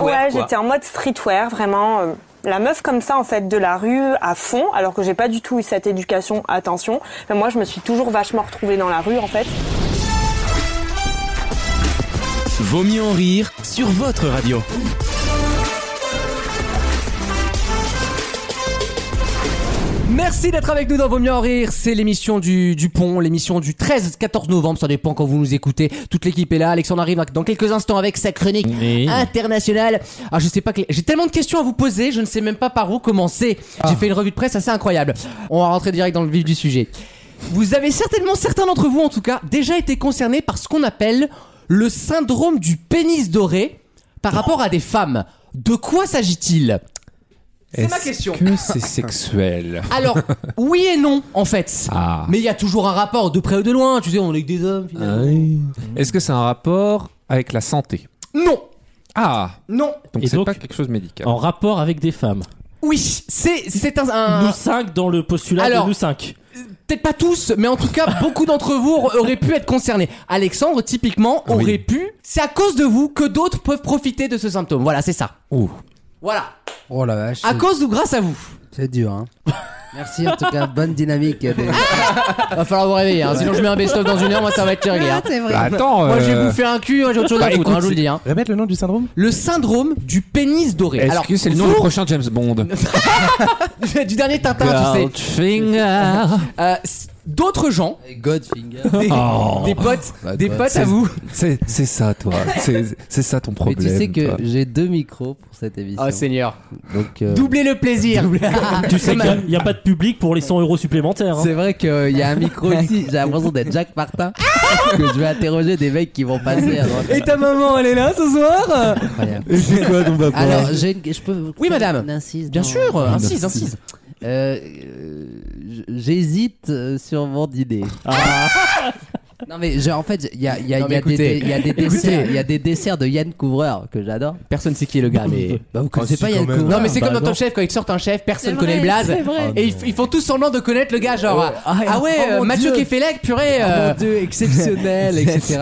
Ouais, j'étais en mode streetwear, vraiment. euh, la meuf comme ça, en fait, de la rue à fond, alors que j'ai pas du tout eu cette éducation, attention. Mais moi, je me suis toujours vachement retrouvée dans la rue, en fait.
Vaut mieux en rire sur votre radio.
Merci d'être avec nous dans Vos Mieux en Rire. C'est l'émission du, du pont, l'émission du 13-14 novembre. Ça dépend quand vous nous écoutez. Toute l'équipe est là. Alexandre arrive dans quelques instants avec sa chronique
Oui.
internationale. Alors, je sais pas, que- j'ai tellement de questions à vous poser, je ne sais même pas par où commencer. J'ai fait une revue de presse assez incroyable. On va rentrer direct dans le vif du sujet. Vous avez certainement, certains d'entre vous en tout cas, déjà été concernés par ce qu'on appelle le syndrome du pénis doré par rapport à des femmes. De quoi s'agit-il C'est ma
Est-ce
question.
Que c'est sexuel.
Alors, oui et non, en fait.
Ah.
Mais il y a toujours un rapport de près ou de loin, tu sais, on est que des hommes finalement.
Est-ce que c'est un rapport avec la santé
Non,
Ah,
non,
donc
Et
c'est
donc-
pas quelque chose de médical.
En rapport avec des femmes.
oui, c'est c'est un.
Ah.
un-
Nous cinq dans le postulat
Alors-
de nous cinq.
Peut-être pas tous, mais en tout cas, beaucoup d'entre vous auraient pu être concernés. Alexandre, typiquement, aurait
Oui.
pu. C'est à cause de vous que d'autres peuvent profiter de ce symptôme. Voilà, c'est ça.
Ouh.
Voilà.
Oh la vache.
À cause ou grâce à vous.
C'est dur hein. Merci en tout cas, bonne dynamique. des-
Ah, Va falloir vous réveiller, hein, sinon je mets un best-of dans une heure, moi ça va être terrible. hein.
Bah, attends.
Moi j'ai
euh,
bouffé un cul, moi, j'ai autre chose à
Bah,
foutre,
écoute,
hein, je vous le dis. hein.
Répète le nom du syndrome
Le syndrome du pénis doré.
Est-ce
Alors
que c'est le nom
vous-
du prochain James Bond
du dernier Tintin, tu sais.
Goldfinger.
Euh, s- d'autres gens,
Godfinger.
des,
Oh.
des potes,
Bah,
des
quoi,
potes
c'est-
à vous.
C'est c'est ça, toi. C'est c'est ça ton
Mais
problème.
tu sais que
toi.
j'ai deux micros pour cette émission.
Oh Seigneur,
Donc, euh,
doublez le plaisir.
Ah.
Tu sais qu'il n'y a, pas de public pour les 100 euros supplémentaires. hein.
C'est vrai qu'il y a un micro ici, j'ai l'impression d'être Jacques Martin.
Ah
que je vais interroger des mecs qui vont passer. à droite.
Et ta maman, elle est là ce soir
Incroyable.
C'est quoi ton papa
Alors, j'ai une- je peux. vous
Oui,
faire
madame.
une incise
Bien
dans-
sûr,
dans-
incise, incise.
Euh, euh, j- J'hésite euh, sur mon idée. Non mais j'ai- en fait il y a, il y a-
Ah. Non,
il y a
mais
des,
écoutez.
il y a des desserts il y a des desserts de Yann Couvreur que j'adore.
Personne sait qui est le gars, mais.
Bah vous connaissez
si,
pas
quand
Yann
même.
Couvreur
Non, mais c'est
Bah,
comme dans
non.
Top Chef, quand ils sortent un chef, personne
C'est
connaît
vrai,
Blaze.
c'est vrai.
Et ils, f- ils font tous semblant de connaître le gars, genre. ah, ouais,
oh
euh,
mon
Mathieu
Dieu. Oh,
Kefelec, purée. euh,
mon Dieu, exceptionnel, etc.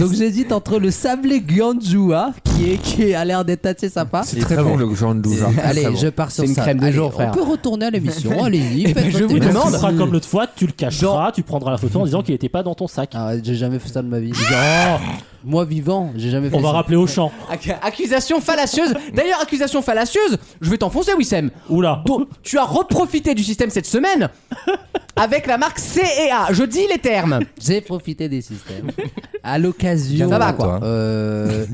Donc j'hésite entre le sablé Gyanjoua, qui, est, qui a l'air d'être assez sympa.
C'est très bon le genre de loser.
Allez, je pars sur
C'est une
ça.
crème de
Allez,
jour, frère.
On peut retourner à l'émission, allez-y.
ben,
faites
je
votre
vous
émission.
Tu
demande-
feras comme l'autre fois, tu le cacheras, tu prendras la photo en disant qu'il n'était pas dans ton sac.
Ah, j'ai jamais fait ça de ma vie.
Oh,
Moi vivant, j'ai jamais fait
on va
ça.
rappeler au champ.
ac- accusation fallacieuse. D'ailleurs, accusation fallacieuse, je vais t'enfoncer, Wissem.
Oula.
Donc, tu as reprofité du système cette semaine avec la marque CEA. Je dis les termes.
J'ai profité des systèmes. À l'occasion.
Ça va, quoi.
Euh,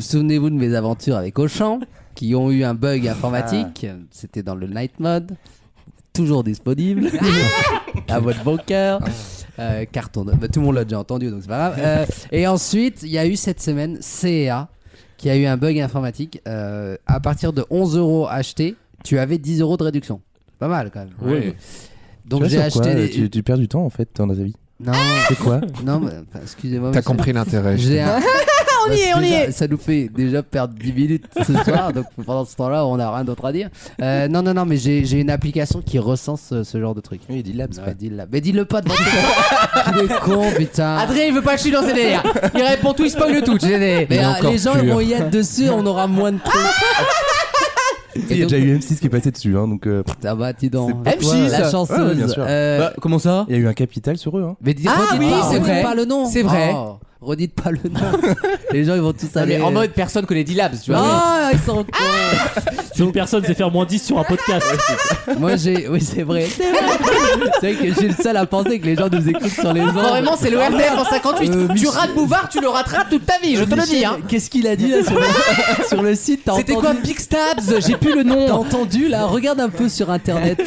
Souvenez-vous de mes aventures avec Auchan, qui ont eu un bug informatique. C'était dans le night mode. Toujours disponible.
Ah
à votre bon cœur. Euh, carton. de- bah, tout le monde l'a déjà entendu, donc c'est pas grave. Euh, et ensuite, il y a eu cette semaine CEA, qui a eu un bug informatique. Euh, à partir de 11 euros achetés, tu avais 10 euros de réduction. Pas mal quand même.
Oui.
Donc
Tu
j'ai
vois sur quoi,
acheté. des-
tu, tu perds du temps en fait dans ta vie.
Non,
C'est quoi
non, mais, enfin, excusez-moi.
T'as
monsieur.
compris l'intérêt. je
J'ai un...
On y est, on y
Déjà,
est.
Ça nous fait déjà perdre 10 minutes ce soir, donc pendant ce temps-là, on n'a rien d'autre à dire. Euh, non, non, non, mais j'ai j'ai une application qui recense ce, ce genre de trucs.
Oui, dit Labs.
Ouais, dis-le là. Mais dis-le pas devant tout le monde. Il est con, putain.
Adrien, il veut pas que je suis dans ses délires. Il répond tout, il spoil le tout. tu sais, des-
Mais,
Il est
euh,
encore
les gens
pur.
vont y être dessus, on aura moins de trucs.
Il y a déjà eu M6 qui est passé dessus, hein, donc euh,
Ah bah, dis donc.
C'est
pour
M6,
toi,
la
ça.
chanceuse.
Ouais, ouais, bien sûr.
euh,
Bah, comment ça
il y a eu un capital sur eux. Hein.
Mais dis,
Ah
redites
oui,
pas,
c'est
redites
vrai.
pas le nom.
C'est vrai.
Oh, redites pas le nom. Les gens, ils vont tous
Non,
aller.
mais En mode personne connaît D-Labs, tu vois.
Ah, ils sont cons.
Si une personne sait faire moins 10 sur un podcast.
Moi, j'ai. Oui, c'est vrai. C'est vrai que j'ai le seul à penser que les gens nous écoutent sur les ondes.
Vraiment, c'est le RTF en 58.
Euh,
tu
Michel-
rates Bouvard, tu le rateras toute ta vie, je te le dis. Hein.
Qu'est-ce qu'il a dit là sur le, sur le site T'as
C'était quoi
entendu
Big Stabs J'ai plus le
T'as
nom.
entendu là Regarde un peu sur internet.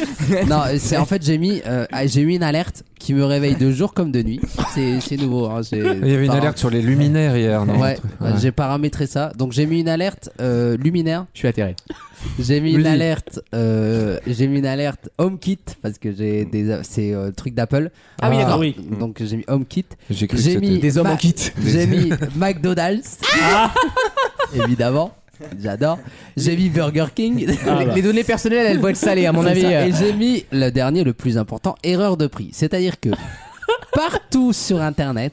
non, c'est en fait j'ai mis euh, ah, j'ai mis une alerte qui me réveille de jour comme de nuit. C'est c'est nouveau. hein, j'ai-
Il y avait une
par-
alerte sur les luminaires hier, non
Ouais,
Ouais.
j'ai paramétré ça. Donc j'ai mis une alerte euh, luminaire.
Je suis atterré.
J'ai mis une
Vas-y.
alerte. euh, j'ai mis une alerte HomeKit parce que j'ai des c'est euh, le truc d'Apple.
Ah oui, d'accord.
oui.
Donc j'ai mis HomeKit.
J'ai cru que
J'ai
c'était-
mis
Des hommes
Ma-
en kit.
J'ai mis McDonald's. Évidemment. J'adore. J'ai mis Burger King.
Ah bah.
Les données personnelles, elles vont être salées, à mon
C'est
avis.
ça.
euh.
Et j'ai mis le dernier, le plus important, erreur de prix. C'est-à-dire que partout sur Internet,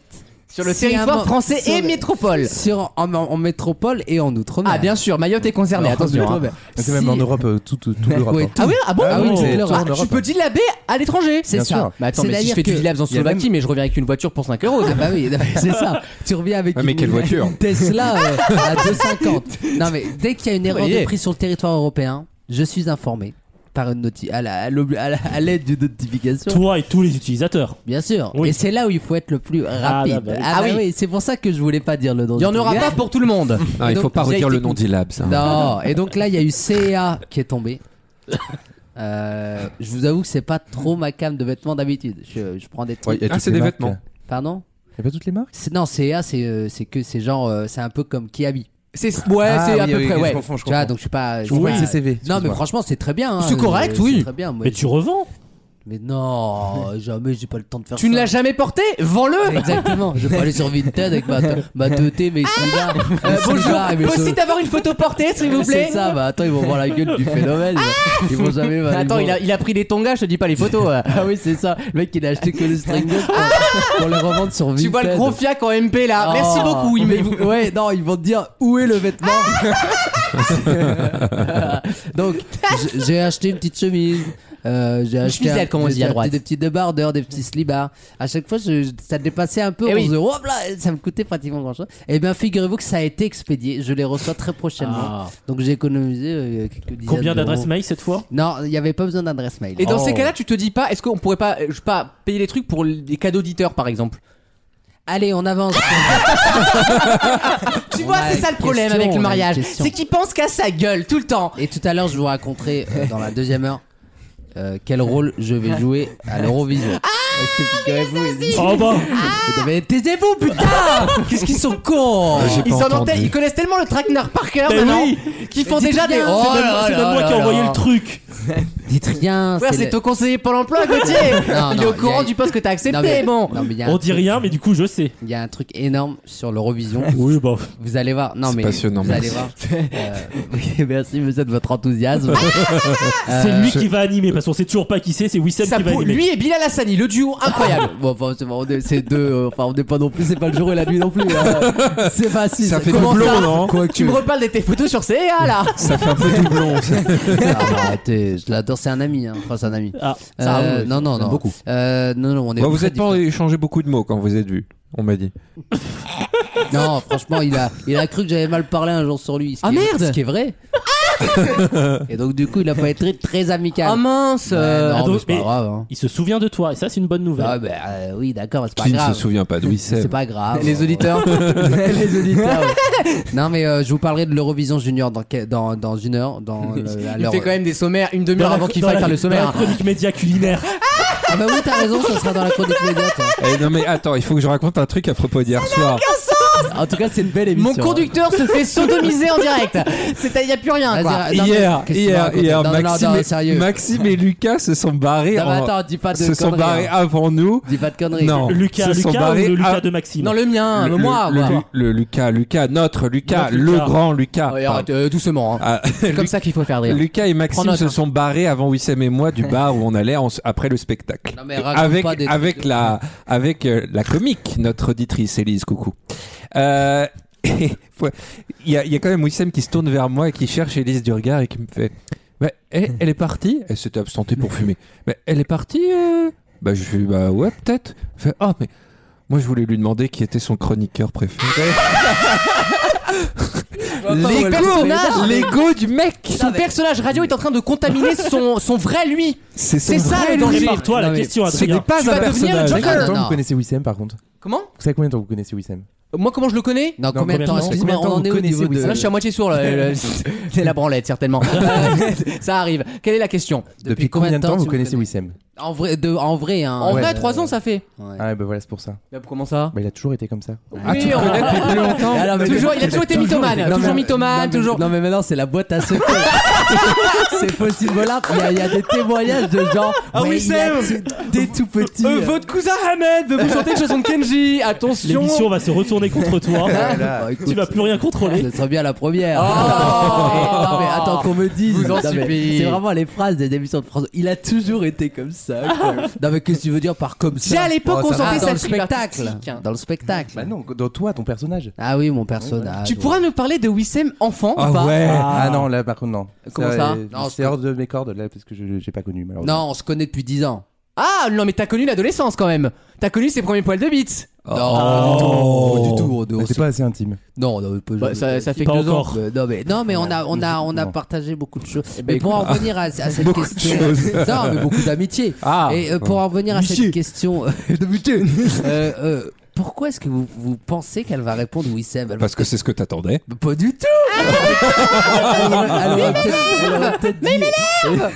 Sur le
Si un
territoire
mo-
français
sur
et
le-
métropole.
sur, en, en métropole et en outre-mer.
Ah, bien sûr, Mayotte est concernée,
Alors,
attention. hein.
outre-mer.
C'est
Si-
même en Europe, euh, tout, tout, tout l'Europe.
Ouais,
hein.
tout-
Ah oui, ah bon
Ah oui,
oui,
c'est
c'est
tout en
Ah,
Europe.
tu peux dire la baie à l'étranger
C'est
Bien
ça.
sûr.
Mais attends, mais si je
C'est-à-dire
fais du
que-
dilabs en
il y a même-
Slovaquie, mais je reviens avec une voiture pour 5 euros.
Ah bah oui, c'est ça. Tu reviens avec
Ah, mais
une,
quelle voiture
une Tesla euh, à 2,50. Non mais dès qu'il y a une erreur
voyez.
de prix sur le territoire européen, je suis informé par une noti à la- à l'obli- à la- à l'aide d'une notification.
Toi et tous les utilisateurs.
Bien sûr.
Oui.
Et c'est là où il faut être le plus rapide.
Ah, bah oui.
Ah oui.
c'est pour ça que je voulais pas dire le nom.
Il y en
du
aura
gars.
pas pour tout le monde.
Ah, il
donc,
faut pas
vieille
redire le nom d'Ilab, ça.
Non. Et donc là, il y a eu CEA qui est tombé. Euh, je vous avoue que c'est pas trop ma cam de vêtements d'habitude. Je, je prends des
Ouais,
trucs.
il y a
Ah,
toutes
c'est
les
des
marques.
vêtements.
Pardon
Il y a pas toutes les marques
C'est- Non, CEA, c'est euh, c'est que c'est genre, euh, c'est un peu comme qui habille.
C'est ouais,
Ah,
c'est à
oui,
peu
oui,
près
je
ouais.
confonds, je
Tu vois,
comprends.
donc je suis pas.
Je
suis
comprends
pas-
le CCV.
Non, mais
excuse-moi.
franchement, c'est très bien. hein.
C'est correct,
Euh,
oui.
c'est Très bien. Moi,
Mais tu revends
Mais non, jamais, j'ai pas le temps de faire
Tu
ça.
ne l'as jamais porté Vends-le
Exactement. Je vais pas aller sur Vinted avec ma, ma teuté, mes soudards.
Euh,
mes
Bonjour,
soudards et mes
possible
cheveux.
d'avoir une photo portée, s'il vous plaît Ah
C'est ça, bah attends, ils vont voir la gueule du phénomène. Ils vont jamais. ils
Attends,
vont-
il a, il a pris des tongas, je te dis pas les photos. euh.
Ah oui, c'est ça. Le mec, il a acheté que le stringos pour, pour le revendre sur Vinted.
tu vois le gros fiac en MP là.
Oh.
Merci beaucoup. Il
Mais
met-
vous- Ouais, non, ils vont te dire où est le vêtement. Donc, j- j'ai acheté une petite chemise. euh, j'ai acheté,
chemisette, comme on
j'ai
dit à
acheté
droite.
des petits débardeurs, des petits slibards. À chaque fois, je- je- ça dépassait un peu
Eh
11
oui.
euros. Hop là, ça me coûtait pratiquement grand chose. Et bien, figurez-vous que ça a été expédié. Je les reçois très prochainement.
Ah.
Donc, j'ai économisé euh, quelques dizaines
Combien d'adresses
d'euros.
mail cette fois
Non, il n'y avait pas besoin d'adresse mail.
Et dans
Oh.
ces cas-là, tu te dis pas, est-ce qu'on pourrait pas, euh, je sais pas payer les trucs pour les cadeaux d'auditeurs par exemple
Allez, on avance.
Tu
On
vois,
a
c'est ça
une
le problème
question,
avec
on a
le
une
mariage.
question.
C'est qu'il pense qu'à sa gueule tout le temps.
Et tout à l'heure, je vous raconterai euh, dans la deuxième heure euh, quel rôle je vais jouer à l'Eurovision.
Ah,
Oh bah
Mais taisez-vous, putain
Qu'est-ce qu'ils sont cons
Euh, j'ai
ils,
pas
s'en
entendu.
entendent- ils connaissent tellement le traquenard par cœur
Mais
maintenant
oui.
qu'ils font
Mais
déjà
dites
des. Oh
C'est
rien,
même, c'est même moi qui ai envoyé le truc
Dites rien.
Frère, c'est
le-
ton conseiller Pôle emploi, Gauthier
Non,
Il est
non,
au
y a-
courant du poste que t'as
Non,
accepté,
mais-
bon
non, mais il y a un
On dit
truc-
rien, mais du coup je sais.
Il y a un truc énorme sur l'Eurovision.
Oui, bah.
Vous allez voir. Non,
C'est
mais
passionnant,
vous
merci.
allez voir. Euh, oui, merci, monsieur, de votre enthousiasme. Euh,
C'est lui qui va animer, parce qu'on sait toujours pas qui c'est, c'est Wissem
Ça
qui va
prouve-
animer.
Lui et Bilal Hassani, le duo Ah, incroyable
Bon, enfin, c'est bon, on est- c'est deux. euh, Enfin, on n'est pas non plus. C'est pas le jour et la nuit non plus. hein. C'est facile.
Ça fait
Comment
doublon,
ça
non
Tu me reparles de tes photos sur CA là
Ça fait un peu doublon. ça.
Ah, bah, arrêtez, je l'adore. C'est un ami. Hein. Enfin, c'est un ami.
Ah,
Ça,
Euh,
oui,
non, non,
j'aime
non.
beaucoup.
Euh, non, non, on est.
Bon, vous
très
n'êtes pas échangé beaucoup de mots quand vous êtes vus, on m'a dit.
différents. Non, franchement, il a, il a cru que j'avais mal parlé un jour sur lui. ce
Ah,
qui est-
merde
Ce qui est vrai. Et donc, du coup, il a pas été très amical.
Ah mince
Ouais,
euh,
non,
attends,
mais c'est pas
mais-
grave. hein.
il se souvient de toi, et ça c'est une bonne nouvelle.
Ah, bah, euh, oui, d'accord, c'est pas
Qui ne
grave.
se euh, souvient pas de Wissem
C'est pas grave.
Les auditeurs
Les auditeurs. ouais. non, mais euh, je vous parlerai de l'Eurovision Junior dans, que- dans, dans une heure. Dans, euh, à
Il
l'heure-
fait quand même des sommaires une demi-heure
la-
avant qu'il
dans
faille
la-
faire le sommaire.
Dans la chronique média culinaire.
Ah, bah oui, t'as raison, ça sera dans la chronique média. toi.
Eh, non mais attends, il faut que je raconte un truc à propos d'hier soir.
En tout cas, c'est une belle émission.
Mon conducteur se fait sodomiser en direct. C'est, y a plus rien.
Vas-y,
Quoi.
raconte. Non, mais
Hier,
qu'est-ce que tu
hier,
racontes
hier,
Non, non, non,
Maxime, et,
sérieux.
Maxime et Lucas se sont barrés,
Non, mais
en-
attends, dis pas de
se sont
conneries,
barrés
hein.
avant nous.
Dis pas de conneries.
Non,
Lucas,
Oh, se sont
Lucas ou
barrés
le Lucas
à-
de Maxime
Non, le mien, le, moi.
le,
moi.
le Lucas, Lucas, notre Lucas,
Notre
le
Lucas.
grand Lucas.
Ouais, arrête, euh, doucement. hein.
Ah,
C'est comme ça qu'il faut faire rire.
Lucas et
Prends
Maxime
note,
se
hein.
sont barrés avant Wissem et moi du bar où on allait en- après le spectacle.
Non, mais raconte
avec
pas des trucs
avec
de-
la avec euh, la comique, notre auditrice Élise, coucou. Euh, Et faut- Il y, a- il y a quand même Wissem qui se tourne vers moi et qui cherche Elise du regard et qui me fait Bah, elle, elle est partie Elle s'était absentée pour fumer. Bah, elle est partie euh Bah, je lui dis Bah, ouais, peut-être. Il fait Ah, mais moi, je voulais lui demander qui était son chroniqueur préféré.
Son
L'ego
personnage.
L'ego du mec
Son personnage radio est en train de contaminer son, son vrai lui.
son
C'est ça
vrai
le
lui.
danger.
Par toi, la
Non, mais
question,
Ce n'est
Adrien.
pas
Tu
un
vas devenir le
personnage.
Combien de
non,
temps
non.
vous connaissez Wissem par contre
Comment Euh,
Vous savez combien de temps vous connaissez Wissem
Moi, comment je le connais
Non, combien de temps
combien de
Excuse-moi,
temps
on en
vous
est au
connaissez
niveau de.
Là, je suis à moitié sourd. là, le- C'est la branlette, certainement. Euh, ça arrive. Quelle est la question
Depuis combien de temps vous connaissez
Wissem
Wissem
En vrai, de, en vrai, hein.
En
Ouais.
vrai, 3 ans, ça fait.
Ouais.
Ah, bah voilà, c'est pour ça.
Bah, Comment ça
Bah, il a toujours été comme ça.
Ah, tu le connais depuis plus longtemps
Ah, non, mais-
Toujours, il a toujours été mythomane,
Non, mais-
toujours mythomane,
non, mais-
toujours.
Non mais maintenant c'est la boîte à secrets. c'est possible là. Il y a- il y, a des témoignages de gens.
Ah oui,
il a
Sam.
t- Dès tout petit.
Euh, votre cousin Ahmed veut vous chanter une chanson de Kenji. Attention.
L'émission va se retourner contre toi.
Bah, écoute,
Tu vas plus rien contrôler.
Ça serait bien la première.
Oh.
non, mais attends qu'on me dise.
Vous en
Non, mais
supplie.
C'est vraiment les phrases des émissions de France. Il a toujours été comme ça. quoi. non mais qu'est-ce que tu veux dire par comme ça
C'est à l'époque qu'on
Ah,
sentait
dans
sa
le
fibre
spectacle.
artistique, hein.
Dans le spectacle.
Bah non, dans toi, ton personnage.
Ah oui, mon personnage.
Tu pourras nous parler de Wissem enfant ou pas
Ah, non, là par contre, non.
Comment ça
euh,
Non,
C'est hors de mes cordes là parce que je j'ai pas connu malheureusement.
Non, on se connaît depuis 10 ans.
Ah non, mais t'as connu l'adolescence quand même. T'as connu ses premiers poils de bite.
Non, Oh.
Oh.
pas du tout. on- on
Mais
s'est-
c'est pas assez intime.
Non, on a pas-
Bah, ça, ça fait que
Pas
deux ans.
encore.
Euh, non mais non mais on a on a on a
Non.
partagé beaucoup de choses.
Eh
mais
ben,
pour en revenir à, à cette question, non mais beaucoup d'amitié.
Ah.
Et euh, pour en revenir à cette question, d'amitié. euh, euh, pourquoi est-ce que vous, vous pensez qu'elle va répondre oui Seb Elle va
Parce que c'est ce que t'attendais.
peut- Pas du tout. Elle aurait- Ah, elle aurait peut-être- elle aurait peut-être dit-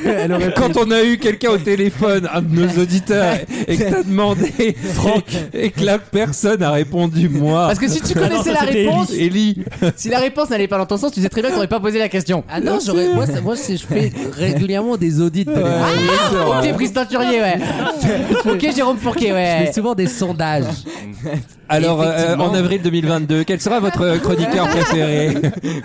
Elle aurait-
Quand on a eu quelqu'un au téléphone, un de nos auditeurs, et que t'as demandé Franck, et que la personne a répondu moi,
Parce que si tu
non,
connaissais la
ça, c'était
réponse,
Ellie,
si la réponse n'allait pas dans ton sens, tu sais très bien que t'aurais pas posé la question.
Ah non, j'aurais moi, ça- moi c'est- je fais régulièrement des audits. de
Ah, Euh,
l'émission.
Ok, Brice Teinturier, ouais. ok, Jérôme Fourquet,
Je
ouais.
fais souvent des sondages.
Alors, euh,
Effectivement.
en avril 2022, quel sera votre euh, chroniqueur préféré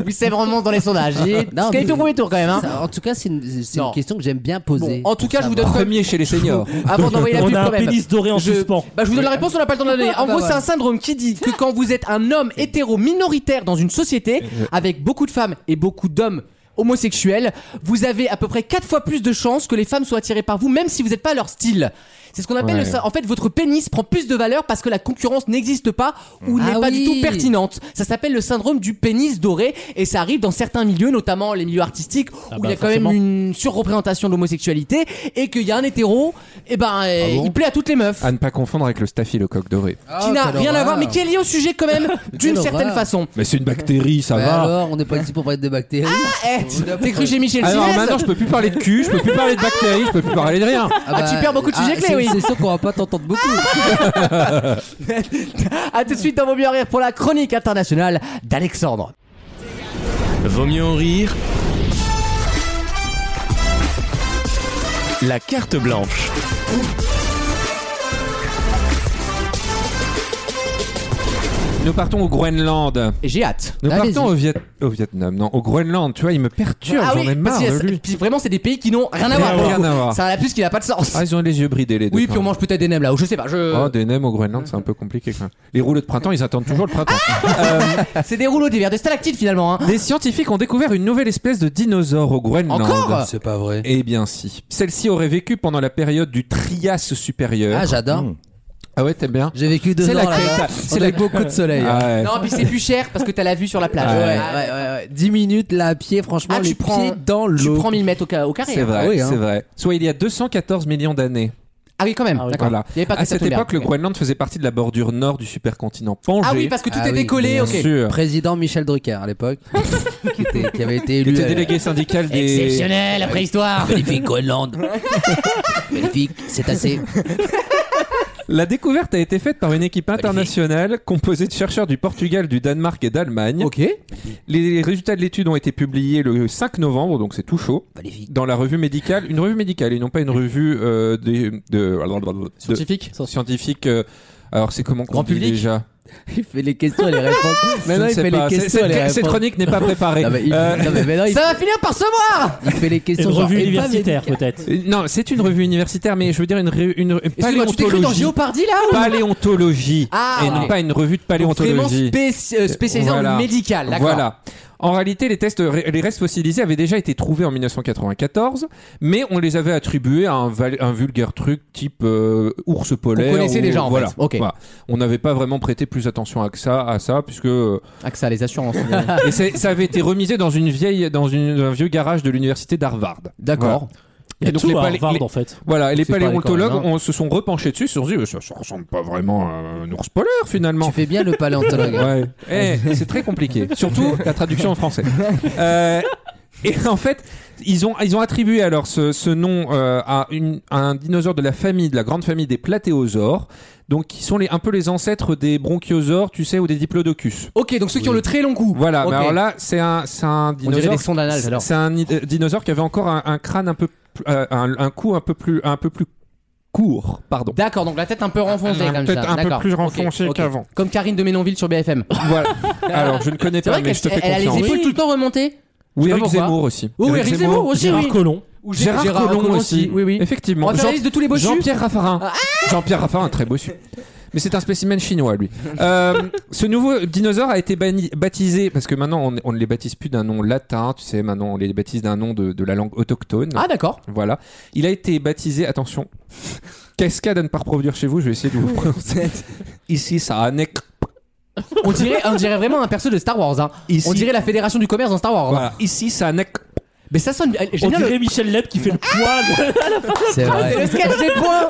Wissem remonte dans les sondages. Il est
Non,
qualifié
mais-
au premier tour quand même. Hein.
Ça- en tout cas, c'est une, c'est une
Non.
question que j'aime bien
Bon,
poser.
en tout cas, je vous donne quand même-
Premier chez les seniors.
Avant d'envoyer la
On
pub
a
quand
un
même.
pénis doré en
Je-
suspens.
Bah, je vous donne la réponse, on n'a pas le temps de la donner. En
Ah bah
gros, c'est
voilà.
un syndrome qui dit que quand vous êtes un homme hétéro minoritaire dans une société avec beaucoup de femmes et beaucoup d'hommes homosexuels, vous avez à peu près 4 fois plus de chances que les femmes soient attirées par vous, même si vous n'êtes pas leur style. C'est ce qu'on appelle,
Ouais.
le- en fait, votre pénis prend plus de valeur parce que la concurrence n'existe pas ou n'est
Ah
pas
oui.
du tout pertinente. Ça s'appelle le syndrome du pénis doré et ça arrive dans certains milieux, notamment les milieux artistiques,
Ah
où
bah,
il y a quand
forcément.
même une surreprésentation de l'homosexualité et qu'il y a un hétéro, et ben,
Ah
euh,
bon
il plaît à toutes les meufs
À ne pas confondre avec le staphylocoque doré.
Ah,
qui n'a rien à voir, mais qui est lié au sujet quand même d'une
Quelle
certaine
horreur.
façon.
Mais c'est une bactérie, ça
Bah
va.
alors, on n'est pas ici pour parler de bactéries.
Eh, t'es cru chez Michel
Alors
Simès
maintenant, je peux plus parler de cul, je peux plus parler de bactéries, je peux plus parler de rien.
Ah, tu
bah,
perds beaucoup de sujets
ah,
clés,
c'est-
oui. Ah.
C'est sûr qu'on va pas t'entendre beaucoup.
À tout de suite dans Vos mieux en rire pour la chronique internationale d'Alexandre.
Vaut mieux en rire. La carte blanche.
Nous partons au Groenland.
Et J'ai hâte.
Nous
Allez-y.
partons au, Viet- au Vietnam, non, au Groenland. Tu vois, il me perturbe,
ah
j'en
oui,
ai marre
parce que
de
ça-
lui.
puis vraiment, c'est des pays qui n'ont rien à voir.
Rien à voir.
Ça a la plus qu'il n'a pas de sens.
Ah, ils ont les yeux bridés, les deux.
oui, puis on mange peut-être des nems là-haut, je sais pas. Je...
Oh, des nems au Groenland, c'est un peu compliqué quand même. Les rouleaux de printemps, ils attendent toujours le printemps. Euh,
c'est des rouleaux d'hiver, des stalactites finalement. Hein.
des scientifiques ont découvert une nouvelle espèce de dinosaure au Groenland.
Encore
C'est pas vrai.
Eh bien si. Celle-ci aurait vécu pendant la période du Trias supérieur.
Ah, j'adore.
Ah ouais, t'aimes bien
J'ai vécu deux
C'est
ans
la
là-bas.
quête.
On
C'est
a
la-
beaucoup de soleil. hein.
Ah ouais.
Non, puis c'est plus cher parce que t'as la vue sur la plage.
Ouais,
ouais.
ouais, ouais, ouais. 10 minutes là à pied, franchement,
Ah, tu
les
prends-
pieds dans
Tu
l'eau.
prends 1000 mètres au, ca- au carré.
C'est
hein.
vrai,
oui, hein.
c'est vrai. Soit il y a 214 millions d'années.
Ah oui, quand même.
Ah oui.
D'accord.
Voilà.
Il y avait pas que
à
ça
cette
tout l'hiver.
époque, le Groenland faisait partie de la bordure nord du supercontinent Pangée.
Ah oui, parce que tout
Ah
est
oui,
décollé,
bien
ok.
sûr.
Président Michel Drucker à l'époque, qui, était- qui avait été
Il
élu.
était
euh,
délégué syndical des.
Exceptionnel, la préhistoire.
Magnifique Groenland. Magnifique, c'est assez.
La découverte a été faite par une équipe internationale composée de chercheurs du Portugal, du Danemark et d'Allemagne.
Ok.
Les résultats de l'étude ont été publiés le 5 novembre, donc c'est tout chaud,
Magnifique.
dans la revue médicale, une revue médicale et non pas une revue euh, des- de, de-
Scientifique
scientifique. euh, alors c'est comment qu'on
Grand
dit
public
déjà
Il fait les questions et les réponses.
Je
Maintenant,
ne
il
sais
fait
pas.
les
C'est-
questions et
cette-
les réponses.
Cette chronique n'est pas préparée.
Non, mais il-
Euh,
non, mais maintenant, il,
Ça va finir par se voir
il fait les questions.
Une
genre,
revue
et pas
universitaire,
médicale.
peut-être.
euh, Non, c'est une revue universitaire, mais je veux dire une, ré- une, une
Excuse-moi, tu t'écris dans
paléontologie.
Géopardy là ou
Paléontologie.
Ah,
et
ouais.
non pas une revue de
Vraiment
paléontologie.
spéci- euh, spécialisé
Voilà.
en médical, d'accord.
Voilà. En réalité, les, tests, les restes fossilisés avaient déjà été trouvés en 1994, mais on les avait attribués à un, val- un vulgaire truc type euh, ours polaire.
Qu'on connaissait
ou-
déjà, en
voilà.
fait. Ok.
Voilà. On n'avait pas vraiment prêté plus attention à, que ça, à ça, puisque euh,
Ah,
AXA, les assurances.
et c'est- ça avait été remisé dans, une vieille, dans une- un vieux garage de l'université d'Harvard.
D'accord.
Il y a
Et donc,
tout
les
à
palais-
Harvard,
les-
en fait.
Voilà, et les
C'est pas
paléontologues
les corps
on- se sont repenchés dessus, se sont dit, euh, ça, ça ressemble pas vraiment à un ours polaire finalement.
Tu fais bien le paléontologue.
Ouais. Eh, c'est très compliqué. Surtout la traduction en français. Euh, et en fait, ils ont, ils ont attribué alors ce, ce nom euh, à, une- à un dinosaure de la famille, de la grande famille des platéosaures, donc qui sont les, un peu les ancêtres des bronchiosaures, tu sais, ou des diplodocus.
Ok, donc ceux qui ont le très long cou.
Voilà,
Ok.
mais alors là, c'est un, c'est un
on dirait
dinosaure.
des sondes anales alors.
C'est un i- euh, dinosaure qui avait encore un, un crâne un peu, plus- euh, un, un cou un peu plus, un peu plus court, pardon.
D'accord, donc la tête un peu renfoncée
Ah,
comme
peut-être
ça.
un peu
D'accord.
plus
Ok,
renfoncée
ok.
qu'avant.
Comme Karine de Ménonville sur BFM.
Voilà. Alors, je ne connais
C'est
pas,
vrai
mais
qu'elle
je te fais
elle- elle a les
confiance.
épaules tout le temps remontées.
Ou
Je sais
Eric
pas pourquoi.
Zemmour aussi.
Oh, Eric Zemmour aussi,
Gérard
oui.
Collomb.
Ou Gé-
Gérard, Collomb, aussi.
Oui, oui. On
Effectivement.
va faire la
Jean-
liste de Ah tous les bossus.
Jean-Pierre Raffarin. Jean-Pierre Raffarin, très bossu. Mais c'est un spécimen chinois, lui. Euh, ce nouveau dinosaure a été banni- baptisé, parce que maintenant on, on ne les baptise plus d'un nom latin, tu sais, maintenant on les baptise d'un nom de, de la langue autochtone.
Ah d'accord.
Voilà. Il a été baptisé, attention, cascade à ne pas reproduire chez vous, je vais essayer de vous le prononcer. Ici, ça a nec.
On dirait, on dirait vraiment un perso de Star Wars. hein.
Ici.
On dirait la Fédération du commerce dans Star Wars. hein.
Voilà. Ici, ça a nec.
Mais ça sonne. J'aime
On
bien
dirait Michel Leb qui fait le
Euh,
poids. de-
C'est
le.
vrai.
Le sketch des points.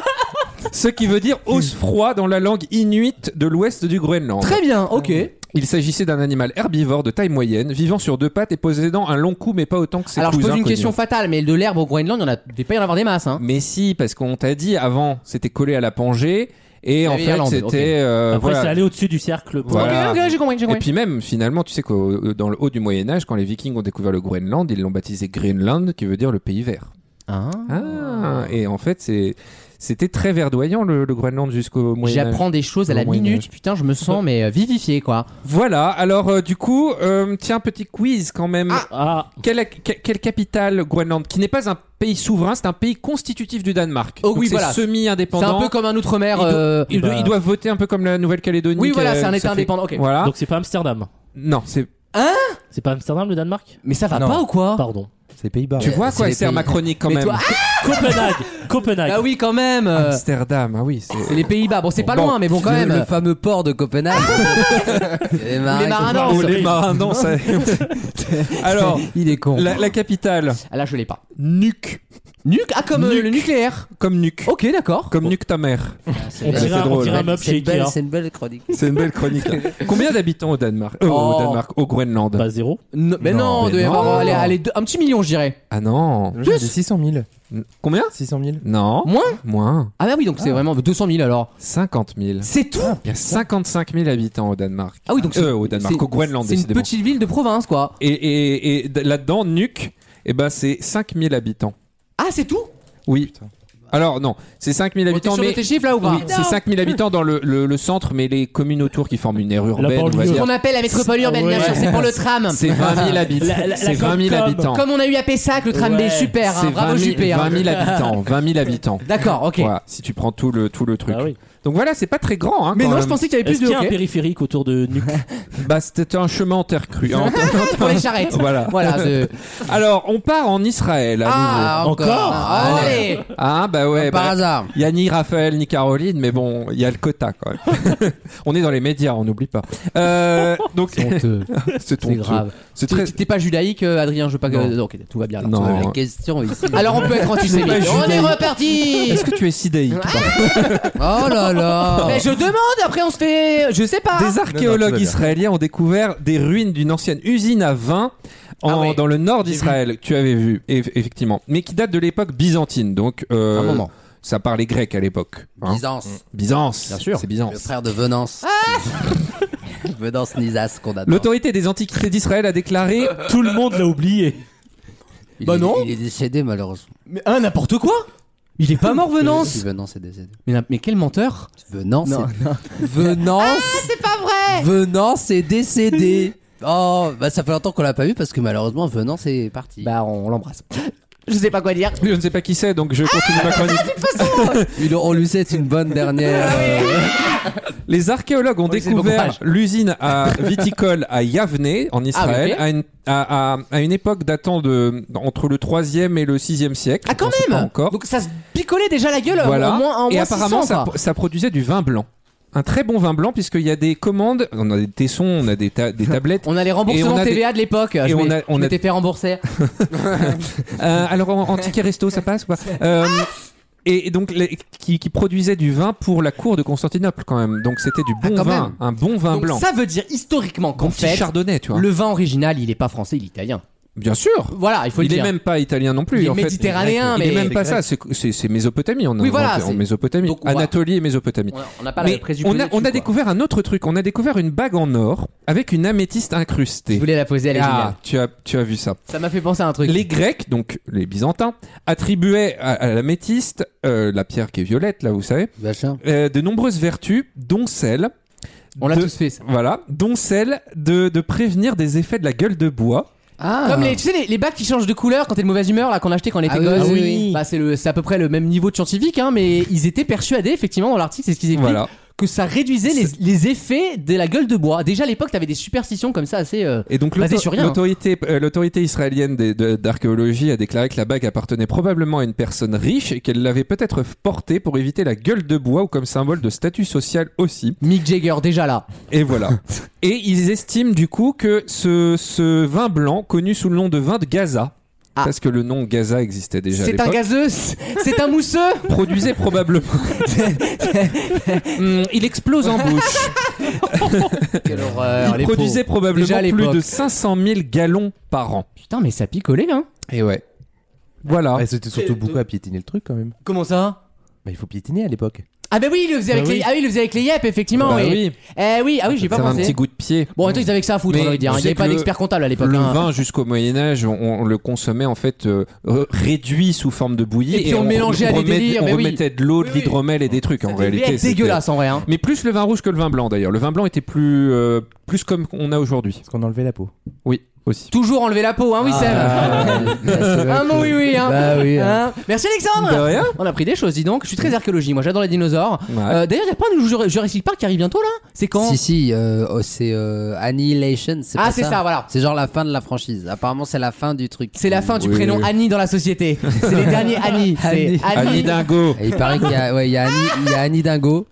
Ce qui veut
Hum.
dire os froid dans la langue inuite de l'ouest du Groenland.
Très bien. Ok.
Il s'agissait d'un animal herbivore de taille moyenne, vivant sur deux pattes et possédant un long cou, mais pas autant que ses
Alors je
cousins
pose une
connus.
question fatale, mais de l'herbe au Groenland, il y en a. Il devait pas y en avoir des masses. Hein.
Mais si, parce qu'on t'a dit avant, c'était collé à la Pangée, et en
avait
fait,
Irlande,
c'était.
ok.
euh,
Après,
voilà.
c'est allé au-dessus du cercle. pour-
Voilà.
Ok, ok, j'ai compris, j'ai
Ah. Et
compris.
puis même, finalement, tu sais que dans le haut du Moyen Âge, quand les Vikings ont découvert le Groenland, ils l'ont baptisé Greenland, qui veut dire le pays vert.
Ah.
Ah, et en fait, c'est c'était très verdoyant le, le Groenland jusqu'au Moyen Âge.
J'apprends des choses à la
Au Moyen
minute,
Âge.
putain, je me sens mais euh, vivifié quoi.
Voilà. Alors euh, du coup, euh, tiens, petit quiz quand même.
Ah,
Quelle, que- quelle capitale Groenland Qui n'est pas un pays souverain, c'est un pays constitutif du Danemark.
Oh
Donc
oui,
c'est
voilà. C'est
semi-indépendant.
un peu comme un outre-mer.
Ils do-
euh,
Ils, do- ils doivent voter un peu comme la Nouvelle-Calédonie.
Oui, voilà,
qui a-
c'est un
ça
État
fait-
indépendant, ok.
Voilà.
donc c'est pas Amsterdam.
non, c'est.
C'est pas Amsterdam, le Danemark
Mais ça va
Ah,
Non.
pas ou quoi
Pardon.
C'est les Pays-Bas.
Tu
Mais
vois à
c'est
quoi
les
sert
pays-
ma chronique quand
Mais
même
toi-
Copenhague. Copenhague.
Bah oui, quand même. euh,
Amsterdam, ah oui.
c'est les Pays-Bas. Bon, c'est pas
Bon.
loin, mais bon, quand
le,
même.
le fameux port de Copenhague. les marins.
Les marins, non,
Oh,
ça-
les marins, non, ça- Alors,
Il est con.
la, la capitale,
Ah, Là, je l'ai pas.
Nuuk.
Nuc Ah, comme euh,
Nuque.
le nucléaire.
Comme Nuuk.
Ok, d'accord.
Oh. Comme Nuuk ta mère.
On
c'est
dirait, on
drôle.
dirait un meuble
C'est
chez
une, belle,
Ikea.
c'est une belle chronique.
C'est une belle chronique. Combien d'habitants au Danemark
Oh.
Euh,
Bah,
Au Danemark, au Groenland
Pas Bah, zéro.
Non, mais non,
Non,
on
mais
devait
non.
avoir allez, allez, deux- un petit million, je dirais.
Ah non.
J'ai des 600 000.
Combien
600 000.
Non.
Moins
Moins.
Ah, bah oui, donc c'est vraiment 200 000 alors.
50 000.
C'est tout
Il y a 55 000 habitants au Danemark.
Ah oui, donc c'est-
Ah. Euh, au Danemark,
c'est-
au Groenland,
C'est une
décidément.
petite ville de province, quoi.
Et, et, et d- là-dedans, Nuuk, eh ben, c'est 5 000 habitants.
Ah, c'est tout
Oui. Alors, non, c'est 5 000
T'es
habitants,
sûr de
mais.
tes chiffres là ou pas
Oui, c'est 5 000 habitants dans le, le- le centre, mais les communes autour qui forment une aire urbaine, on va
banlieue.
dire.
On appelle la métropole urbaine, bien
Ouais.
sûr, c'est pour le tram.
C'est 20 000
La- la-
habitants.
la
C'est 20 000
com-com.
habitants.
Comme on a eu à Pessac, le tram
Ouais.
B, super. hein,
C'est 20
bravo
000
Juppé. hein.
20 000 habitants. 20 000 habitants.
D'accord, ok. Bah
Voilà, si tu prends tout le, tout le truc.
Ah oui.
Donc voilà, c'est pas très grand. Hein,
Mais
quand
non,
même.
je pensais qu'il y avait
Est-ce
plus de.
qu'il y a un
ok.
périphérique autour de Nuuk
Bah, c'était un chemin en terre crue. hein.
Pour les charrettes.
Voilà.
Voilà. c'est-
Alors, on part en Israël à
Ah,
Encore
Ah,
Allez.
Allez
nouveau. Ah, bah ouais.
Par
bah,
hasard.
Il n'y a ni Raphaël ni Caroline, mais bon, il y a le quota quand même. on est dans les médias, on n'oublie pas. Euh, donc, c'est
C'est
honteux.
grave.
C'est
T'es
très.
t'es pas judaïque, euh, Adrien, je veux pas que.
Non.
Non, ok, tout va bien. là.
Non.
Ah, La question ici.
Alors on peut être antisémite.
C'est pas
On est
judaïque.
reparti
Est-ce que tu es sidéique
Oh là là.
Mais je demande, après on se fait. Je sais pas.
Des
Non, non, tout
archéologues
va bien.
israéliens ont découvert des ruines d'une ancienne usine à vin en-
Ah ouais.
dans le nord d'Israël. Tu avais vu, eff- effectivement, mais qui date de l'époque byzantine. Donc, euh,
Un moment.
ça parlait grec à l'époque. hein. Ah.
Byzance,
Byzance,
Bien sûr.
c'est
le
Byzance.
frère de Venance. Venance Nisas qu'on adore.
L'autorité des antiquités d'Israël a déclaré
Tout le monde l'a oublié.
Il
Bah
est-
non.
Il est décédé malheureusement.
ah,
Mais hein, n'importe quoi Il est pas mort,
Si
Venance
Venance est décédé.
mais, na- mais quel menteur
Venance.
Non,
est... Venance.
Ah, C'est pas vrai
Venance est décédé. Oh, bah ça fait longtemps qu'on l'a pas vu parce que malheureusement Venance est parti.
Bah, on l'embrasse. Je sais pas quoi dire.
Je ne sais pas qui c'est, donc je continue ma chronique.
Il- on lui souhaite une bonne
Ah
dernière. euh,
Les archéologues ont
lui souhaite bon
découvert
courage.
l'usine à viticole à Yavne, en Israël,
Ah, ok.
à, une, à- à- à une époque datant de entre le 3e et le 6e siècle.
Ah, quand
On sait pas
même
encore.
Donc ça se picolait déjà la gueule
voilà.
en moins, en
et
moins 600,
apparemment, ça,
quoi.
ça produisait du vin blanc. Un très bon vin blanc, puisqu'il y a des commandes, on a des tessons, on a des, ta- des tablettes.
On a les
Et on
remboursements
a des-
TVA de l'époque. Je
Et on a-
m'ai-
on
je
a-
m'étais fait rembourser.
Euh, alors, en, en ticket resto, ça passe ou pas Euh, et, et donc, les- qui, qui produisait du vin pour la cour de Constantinople, quand même. Donc, c'était du bon
quand
vin,
même.
un bon vin
Ah, Donc
blanc.
ça veut dire historiquement qu'en
Bon petit
fait,
chardonnay, tu vois.
le vin original, il est pas français, il est italien.
Bien sûr.
Voilà, il faut
il
le
est
dire.
même pas italien non plus.
Il est
en fait.
méditerranéen,
Il est
mais-
même pas ça. C'est c'est- c'est Mésopotamie. On a
Oui,
inventé
voilà,
en
c'est-
Mésopotamie,
Donc, on va-
Anatolie et Mésopotamie.
On a- On n'a pas la
Mais
présupposée
on a, on a
dessus, quoi.
découvert un autre truc. On a découvert une bague en or avec une améthyste
Je
incrustée.
voulais la poser, elle est géniale.
Ah, tu as, tu as vu ça.
Ça m'a fait penser à un truc.
Les Grecs, donc les Byzantins, attribuaient à, à l'améthyste, euh, la pierre qui est violette, là, vous savez,
Vachon.
euh, de nombreuses vertus, dont celle,
On l'a
de-
tous fait, ça.
voilà, dont celle de, de prévenir des effets de la gueule de bois.
Ah.
Comme les, tu sais, les, les bacs qui changent de couleur quand t'es de mauvaise humeur, là, qu'on achetait quand on était
Ah oui,
gosse.
oui, oui,
oui.
Bah, c'est le, c'est à peu près le même niveau de scientifique, hein, mais ils étaient persuadés, effectivement, dans l'article, c'est ce qu'ils expliquent,
Voilà.
que ça réduisait les, les effets de la gueule de bois. Déjà à l'époque, t'avais des superstitions comme ça assez. euh,
Et donc
Basé
l'auto-
sur rien.
l'autorité euh, l'autorité israélienne des- de- d'archéologie a déclaré que la bague appartenait probablement à une personne riche et qu'elle l'avait peut-être portée pour éviter la gueule de bois ou comme symbole de statut social aussi.
Mick Jagger, déjà là.
Et voilà. et ils estiment du coup que ce, ce vin blanc, connu sous le nom de vin de Gaza,
Ah.
parce que le nom Gaza existait déjà à
C'est un
l'époque,
gazeux, c'est un mousseux.
produisait probablement.
Mm,
Hmm, il explose en bouche.
Quelle horreur.
il
euh, les
produisait
pauvres. Déjà à
probablement plus
l'époque.
de 500 000 gallons par an.
Putain, mais ça picolait, hein.
Et ouais. Voilà.
Ah, C'était surtout beaucoup à piétiner le truc quand même.
Comment ça
Bah, il faut piétiner à l'époque.
Ah, bah oui, il le faisait
Bah
avec,
oui.
Les... Ah, oui, il le faisait avec les yep, effectivement.
Bah
et-
oui.
Eh oui, ah oui, j'ai pas
ça avait
pensé.
un petit goût de pied.
Bon, en même temps, ils avaient que ça à foutre,
Mais
on va dire. hein. Il
tu
n'y
sais
avait
que
pas
le-
d'expert comptable à l'époque.
Le
hein.
vin jusqu'au Moyen Âge, on, on le consommait en fait euh, re- réduit sous forme de bouillie
Et puis on le mélangeait à des
remet-
délires,
on
mais oui.
remettait de l'eau, de
Oui, oui.
l'hydromel et des trucs en
Ça devait
réalité.
être
c'était-
dégueulasse en vrai. Hein.
Mais plus le vin rouge que le vin blanc d'ailleurs. Le vin blanc était plus euh, plus comme on a aujourd'hui.
Parce qu'on enlevait la peau.
Oui, aussi.
Toujours enlever la peau, hein,
Ah.
oui, Sam Un mot, oui, oui. Hein.
Bah oui,
Hein Merci, Alexandre
De rien.
On a appris des choses, dis donc. Je suis très archéologie, moi, j'adore les dinosaures.
Ouais.
Euh, D'ailleurs, il y a pas un nouveau Jur- Jurassic Park qui arrive bientôt, là C'est quand
Si si, euh, oh, c'est euh, Annihilation. c'est
Ah,
pas
c'est ça. voilà.
C'est genre la fin de la franchise. Apparemment, c'est la fin du truc.
C'est la fin du
Oui.
prénom Annie dans la société. C'est les derniers Annie. C'est
Annie.
Annie
Annie.
Dingo.
Et il paraît qu'il y a, ouais, il y a Annie, il y a Annie Dingo,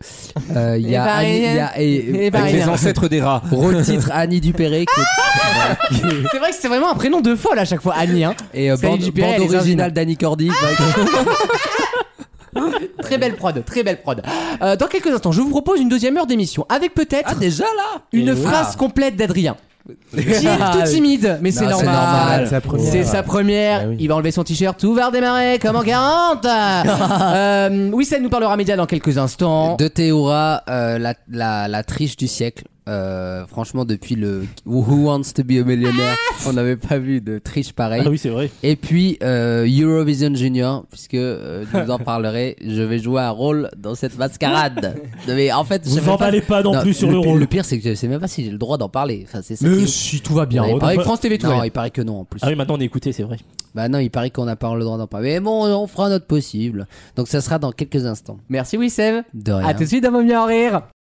euh, il y a
Et
Annie, il y a, et,
Et
Avec
Dingo.
les ancêtres des rats.
retitre Annie Dupéré qui
C'est vrai que c'est vraiment un prénom de folle à chaque fois, Annie. Hein.
est, et euh,
C'est
bande,
Annie Dupéré,
bande
elle est Ah,
originale
originale.
d'Annie Cordy. Bah,
Très belle prod, très belle prod. Euh, dans quelques instants, je vous propose une deuxième heure d'émission avec peut-être
déjà là
une phrase complète d'Adrien. Qui est
Ah,
tout timide, mais Ah c'est
Non, c'est
normal.
normal.
Ah, C'est sa première.
C'est sa première.
Bah oui.
Il va enlever son t-shirt, tout va redémarrer comme en 40. euh, oui, ça nous parlera média dans quelques instants.
De Théoura, euh, la, la, la triche du siècle. Euh, franchement, depuis le Who Wants to Be a Millionaire,
Ah.
on n'avait pas vu de triche pareille.
Ah oui, c'est vrai.
Et puis euh, Eurovision Junior, puisque euh, je vous en parlerai, je vais jouer un rôle dans cette mascarade. Non, Mais en fait, je sais
Vous
même
en parlez pas non, plus sur le
pi-
rôle.
Le pire, c'est que je sais même pas si j'ai le droit d'en parler. Enfin, c'est ça
Mais
qui-
si tout va bien.
Non, il
Avec
paraît-
France TV tout
Non,
va.
il paraît que non en plus.
Ah oui, maintenant on est écouté, c'est vrai.
Bah non, il paraît qu'on n'a pas le droit d'en parler. Mais bon, on fera notre possible. Donc ça sera dans quelques instants.
Merci, oui, Seb.
De rien.
À tout de suite dans Vaut mieux en rire.